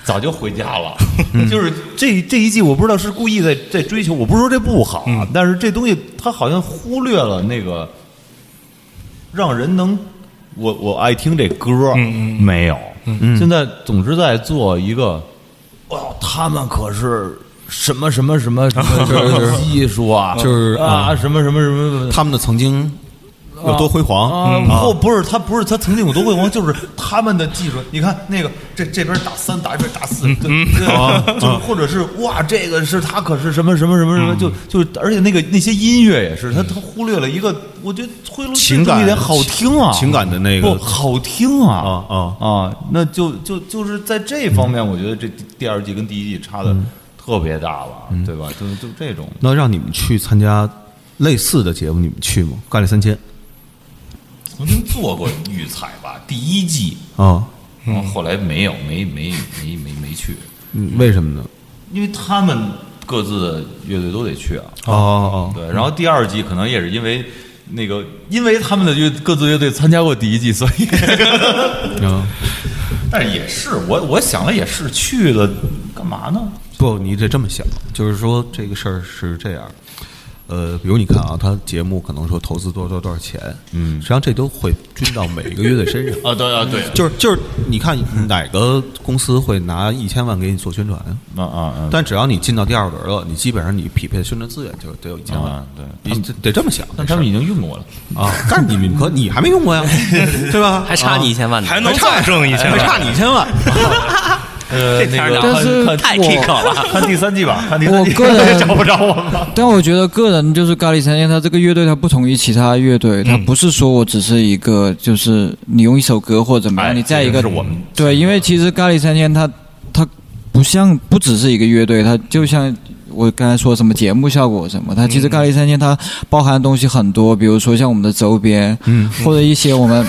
早就回家了，就是这这一季，我不知道是故意在在追求，我不是说这不好啊，嗯但是这东西它好像忽略了那个让人能，我我爱听这歌，嗯没有。现在总是在做一个，哦，他们可是什么什么什么什 [LAUGHS] 么技术啊，就是嗯啊什么什么什么。他们的曾经有多辉煌，嗯啊，不不是他，不是他曾经有多辉煌，就是他们的技术。你看那个这这边打三，打一边打四，对嗯 [LAUGHS] 对就或者是哇，这个是他可是什么什么什么什么，嗯就就而且那个那些音乐也是，他他忽略了一个，我觉得忽略了情感一点好听啊，情感的那不个好听啊啊啊啊！那就就就是在这方面，我觉得这第第二季跟第一季差的嗯特别大了，对吧？就就这种，那让你们去参加类似的节目，你们去吗？干了三千曾经做过预采吧，第一季，嗯啊，然后后来没有，没没没没没去，嗯为什么呢？因为他们各自的乐队都得去啊。哦哦哦，对，然后第二季可能也是因为那个，因为他们的乐各自乐队参加过第一季，所 [LAUGHS] 以，哦嗯但是也是我我想了也是去了干嘛呢？不，你得这么想，就是说这个事儿是这样。呃，比如你看啊，他节目可能说投资多少多少多少钱，嗯，实际上这都会均到每一个乐队身上 [LAUGHS] 。啊，对啊对，就是就是，你看哪个公司会拿一千万给你做宣传啊？啊啊嗯啊，但只要你进到第二轮了，你基本上你匹配的宣传资源就得有一千万啊。对你得得这么想。但他们已经用过了，啊，但是你们可你还没用 [LAUGHS] 过呀，对吧？啊还差你一千万呢，啊还能再挣一千还万，差你一千万。呃，那个但是看看太 kick 了。看第三季吧，看第三季我个人 [LAUGHS] 找不着我了。但我觉得个人就是咖喱三千，他这个乐队他不同于其他乐队，嗯他不是说我只是一个就是你用一首歌或者怎么哎样，你在一个这个是我们对，因为其实咖喱三千它它不像不只是一个乐队，它就像。我刚才说什么节目效果什么，它嗯其实咖喱三千它包含的东西很多，比如说像我们的周边，嗯，或者一些我们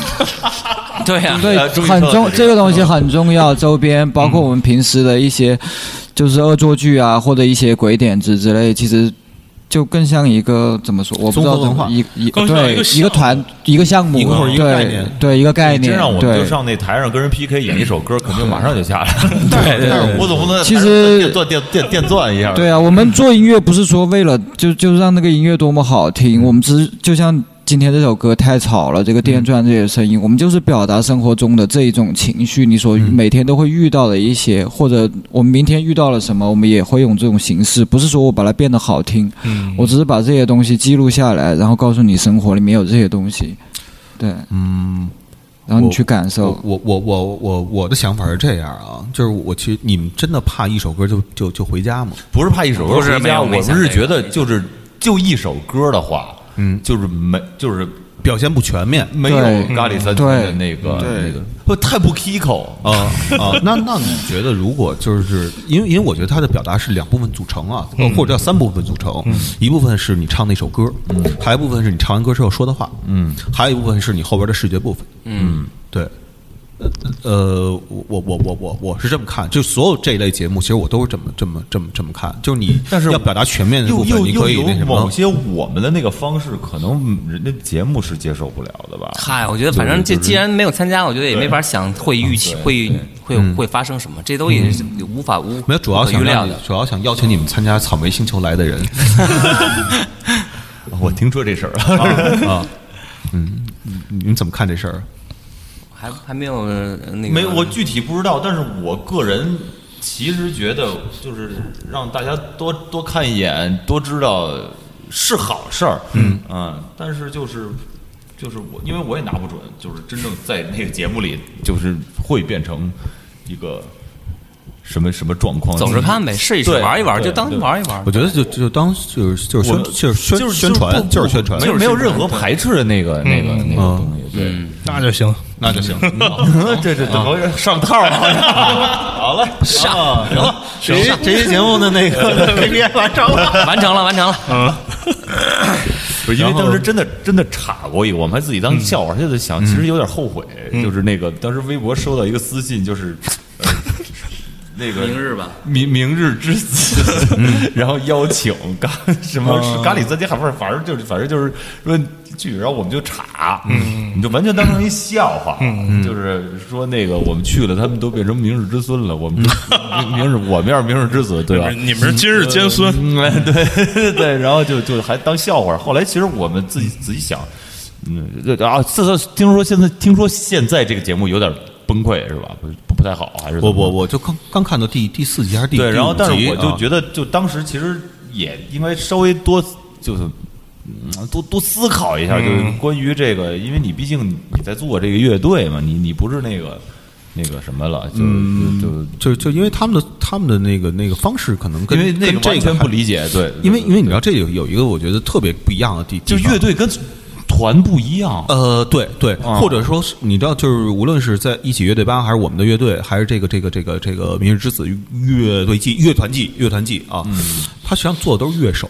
对啊呀，对，终于很说到重这里这个东西很重要，周边包括我们平时的一些就是恶作剧啊，或者一些鬼点子之类，其实就更像一个怎么说，我不知道综合文怎么化一一更像一个对项一个团一个项目，或者一个概对念对一个概真念让，我们就对。上那台上跟人 PK 演一首歌，肯定马上就下 [LAUGHS] 来了。对对对我总不能其实电电电电钻一下吧。嗯对啊，我们做音乐不是说为了就就是让那个音乐多么好嗯听，我们只是就像今天这首歌太吵了，这个电钻这些声嗯音，我们就是表达生活中的这一种情绪，你所每天都会遇到的一些，嗯或者我们明天遇到了什么，我们也会用这种形式，不是说我把它变得好听，嗯我只是把这些东西记录下来，然后告诉你生活里面有这些东西，对，嗯，然后你去感受。我我我我我我的想法是这样啊，就是我其实你们真的怕一首歌就就就回家吗？不是怕一首歌不是回没家，有我没们想是这个觉得就是就一首歌的话，嗯，就是没就是表现不全面没有对嗯咖喱三千的那个那个，不太不 Kiko 啊啊！哦 [LAUGHS] 那那你觉得，如果就是因为因为我觉得它的表达是两部分组成啊，嗯呃或者叫三部分组成，一部分是你唱那首歌，嗯还有一部分是你唱完歌之后说的话，嗯，还有一部分是你后边的视觉部分，嗯，对。呃呃，我我我我我我是这么看，就所有这一类节目，其实我都是这么这么这么这么看，就是你但是要表达全面的部又分，又你可又以那有什某么。些我们的那个方式，可能人家节目是接受不了的吧？嗨，我觉得反正这既然没有参加，我觉得也没法想会预期会会会发生什么，这都也是无法无没有，主要无可想预料让你的。主要想邀请你们参加草莓星球来 [LAUGHS] 的人我听说这事儿了，啊，嗯，你们怎么看这事儿？还还没有呃那个没我具体不知道，但是我个人。其实觉得就是让大家多多看嗯一眼，多知道是好事儿。嗯但是就是就是我，因为我也拿不准，就是真正在那个节目里，就是会变成一个什么什么状况。走着看呗，试一嗯试，对玩一玩，对就当对玩一玩我。觉得就就当就是就是宣就是宣宣不传不就是宣传嗯没，有没有任何排斥的那个那个那个东西。对，那就行，那就行。这这怎么上套了？好了，上行了，这期这期节目的那个 KPI 完成了。完成了，完成了。不是因为当时真的真的查过一个，我们还自己当笑话，现在想其实有点后悔，就是那个当时微博收到一个私信，就是。 [LAUGHS] 呃那个明日吧，明嗯明日之子， [LAUGHS] 然后邀请咖什么是咖喱三杰，还不是反正就是反正就是说剧，然后我们就查，嗯，你就完全当成一笑话，嗯，就是说那个我们去了，他们都变成明日之孙了，我们 [LAUGHS] 明明日我们要是明日之子，对吧？哎你们是今日尖孙，嗯，哎对 [LAUGHS] 对，然后就就还当笑话。后来其实我们自己仔细想，嗯，对啊，这这听说现在听说现在这个节目有点崩溃是吧？不不不太好还是怎我么我我就刚刚看到第第四集还是第对，然后第五但集是我就啊觉得，就当时其实也应该稍微多就是。嗯多多思考一嗯下，就是关于这个，因为你毕竟你在做这个乐队嘛，你你不是那个那个什么了，就嗯就就就就因为他们的他们的那个那个方式可能跟因为那跟这完全还不理解，对，因为因为你知道这有有一个我觉得特别不一样的地，就地方乐队跟团不一样，呃，对对，啊或者说是你知道，就是无论是在一起乐队吧，还是我们的乐队，还是这个这个这个这个明日之子乐队季、乐团季、乐团季啊，他实际上做的都是乐手，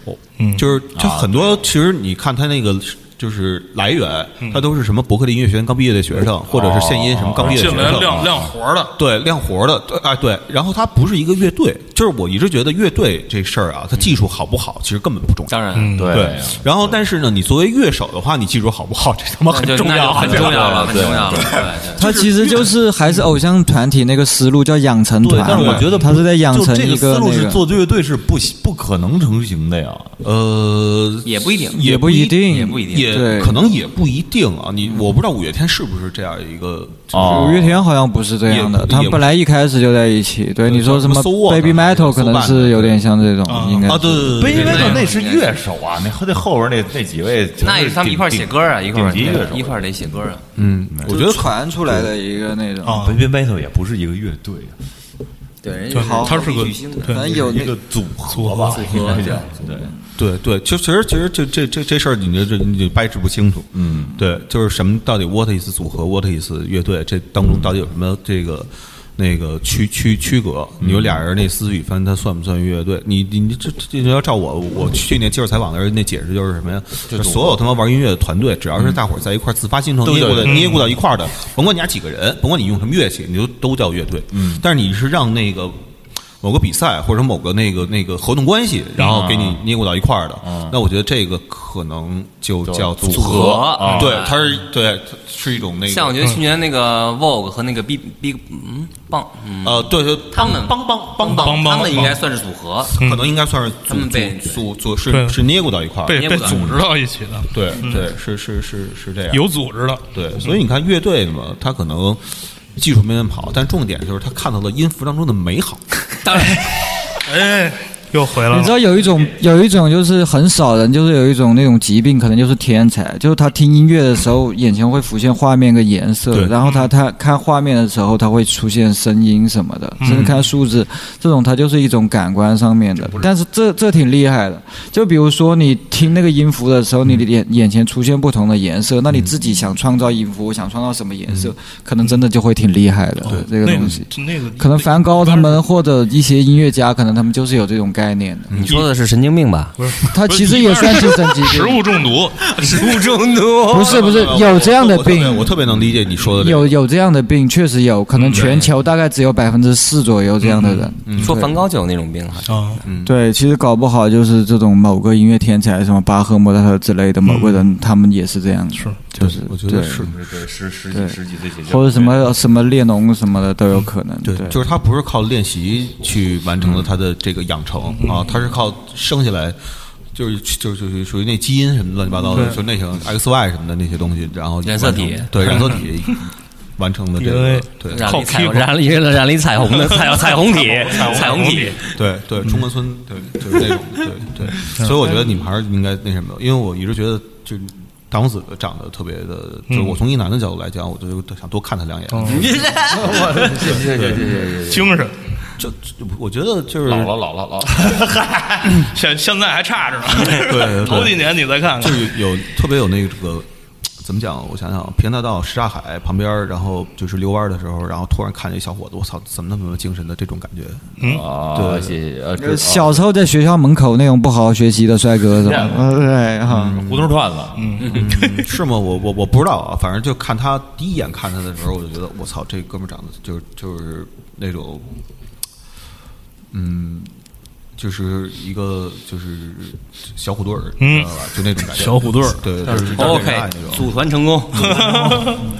就是就很多，其实你看他那个。就是来源，他都是什么伯克利音乐学院刚毕业的学生，或者是现音什么刚毕业的哦进学来生，亮亮活的，对，亮活的，对，哎，对，然后它不是一个乐队，就是我一直觉得乐队这事儿啊，它技术好不好，其实根本不重要。当嗯然，对，啊然后但是呢，你作为乐手的话，你技术好不好，这他妈那就很重那就要，很重要了，很重要了。对对他其实就是还是偶像团体那个思路，叫养成对团。，但是我觉得他是在养就成这一思路那是个，做乐队是不不可能成型的呀，呃，也不一定也也不一定也也不一定也对可能也不一定啊。你我不知道五月天是不是这样一个哦五月天好像不是这样也的，不他也们不本来一开始就在一起。对，你说什什么么 So What Baby 啊 Metal 可 So 能 Bad 是有点像这种，应该啊，对是对不因对为对，那那是乐手啊，那那后边那那几位就是顶，那也是他们一块儿写歌啊，一块儿顶级乐手一块儿得写歌啊。我觉得传出来的一个那种。啊，Baby Metal 也不是一个乐队啊，对，人家好他是个巨星反正有一那个组合吧，应该讲对。对对，其实其实其实这这这这事儿，你这这你就掰扯不清楚。嗯，对，就是什么到底 what is 组合，what is 乐队，这当中到底有什么这个那个区区区隔？你有俩人那私语翻，他算不算乐队？你你你这这这要照我我去年接受采访的人那解释就是什么呀？就是所有他妈玩音乐的团队，只要是大伙儿在一块儿自发形成捏过的捏过到一块儿的，甭管你俩几个人，甭管你用什么乐器，你就都叫乐队。嗯，但是你是让那个。某个比赛或者某个那个那个合同关系，嗯然后给啊你捏过到一块儿的，那我觉得这个可能就叫组组合啊对，它是对它是一种那个，像我觉得去年那个 Vogue 和那个 Big Big 嗯棒嗯，呃，对对，他们帮帮帮帮，他们应该算是组合。可能应该算是他们被组组组对是是捏过到一块儿的，被捏被不断组织到一起的，嗯对嗯对是是是是这样，有组织的，对，所以你看乐队嘛，它可能技术没那么好，但重点就是他看到了音符当中的美好，当然，哎，又回来你知了。道有一种有一种就是很少人就是有一种那种疾病，可能就是天才，就是他听音乐的时候眼前会浮现画面跟颜色对，然后他他看画面的时候他会出现声音什么的，甚至看数字，这种它就是一种感官上面的。但是这这挺厉害的，就比如说你听那个音符的时候，你的眼眼前出现不同的颜色，那你自己想创造音符，我想创造什么颜色，可能真的就会挺厉害的这个那个东西。那个可能梵高他们或者一些音乐家，可能他们就是有这种概念的。你说的是神经病吧？他其实也算精神疾食病，物中毒，不是不是有这样的呃我特别我嗯病，特别能理解你说的这个有有这样的病确实有，可能全球大概只有百分之四左右这样的人。嗯你说梵高就有那种病啊？啊，对，其实搞不好就是这种某个音乐天才，什么巴赫、莫扎特之类的某个人，他们也是这样的，是就是嗯我觉得对是。对，十十对几十几岁 [LAUGHS] 写或者什么什么列侬什么的都有可能。嗯对，就是他不是靠练习去完成了他的这个养成、嗯啊，他是靠生下来。就是就是就是属于那基因什么乱七八糟的，就那些 X Y 什么的那些东西，然后染色体完成对染色 [LAUGHS] 体完成了这个 DNA 对染了一彩靠屁虹，股染了一染了一彩虹的彩彩虹体，彩虹体。对对嗯中关村对就是那种对对，所以我觉得你们还是应该那什么，因为我一直觉得就大王子长得特别的，嗯就是我从一男的角度来讲，我就想多看他两眼。哦谢谢谢谢谢谢。精神，就就我觉得就是老了老了老了，现现在还差着呢。对头几年你再看就看，是有特别有那个怎么讲？我想想，平潭大道什刹海旁边儿，然后就是遛弯儿的时候，然后突然看见一小伙子，我操，怎么那么精神的这种感觉？啊，谢谢，呃，这小时候在学校门口那种不好好学习的帅哥是吧？嗯，对哈，胡同串子， [LAUGHS] 是吗？我我我不知道啊，反正就看他第一眼看他的时候，我就觉得我操，这哥们儿长得就是就是那种，嗯，就是一个就是小虎队儿，你知道吧？就那种感觉，嗯小虎队儿，对，对就是哦有点 OK，爱那种，组团成功。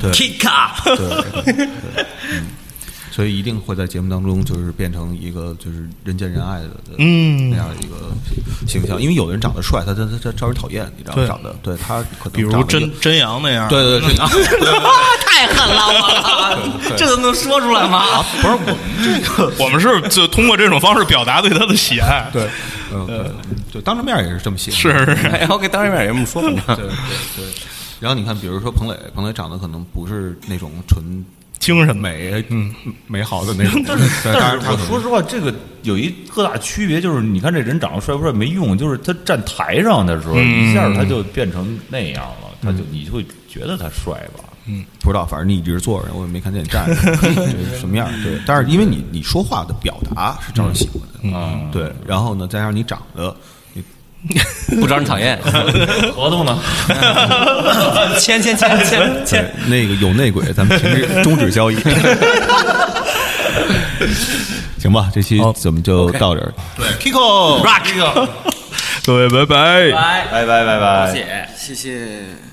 对 [LAUGHS] Kick up，对对对，嗯所以一定会在节目当中就是变成一个就是人见人爱的呃嗯那样一个形象，因为有的人长得帅，他他他他招人讨厌，你知道吗？对长得对他可能比如长得真就真阳那样，对 [LAUGHS] 对对，真的 [LAUGHS] 太狠了，我操！这都能说出来吗？不是我们这个。我们是就通过这种方式表达对他的喜爱。对，嗯，对，就当着面儿也是这么写。是，是是，哎，OK，当然面有这么说呢。然后你看，比如说彭磊，彭磊长得可能不是那种纯精神美。美，嗯，美好的那种， [LAUGHS] 但是当但然是他我可能说实话，这个有一特大区别，就是你看这人长得帅不帅没用，就是他站台上的时候，一下他就变成那样了，他就你就会觉得他帅吧？不知道，反正你一直坐着，我也没看见你 [LAUGHS] 站着就是 [LAUGHS] 什么样儿。对，但是因为你你说话的表达是招人喜欢的，嗯，对，然后呢，再加上你长得，你不招人讨厌，合同呢？签签签签对签。那个有内鬼，咱们停止终 [LAUGHS] 止交易。行吧，这期咱们就到这儿。 Rock，各位，拜拜。拜拜拜拜拜谢。谢谢。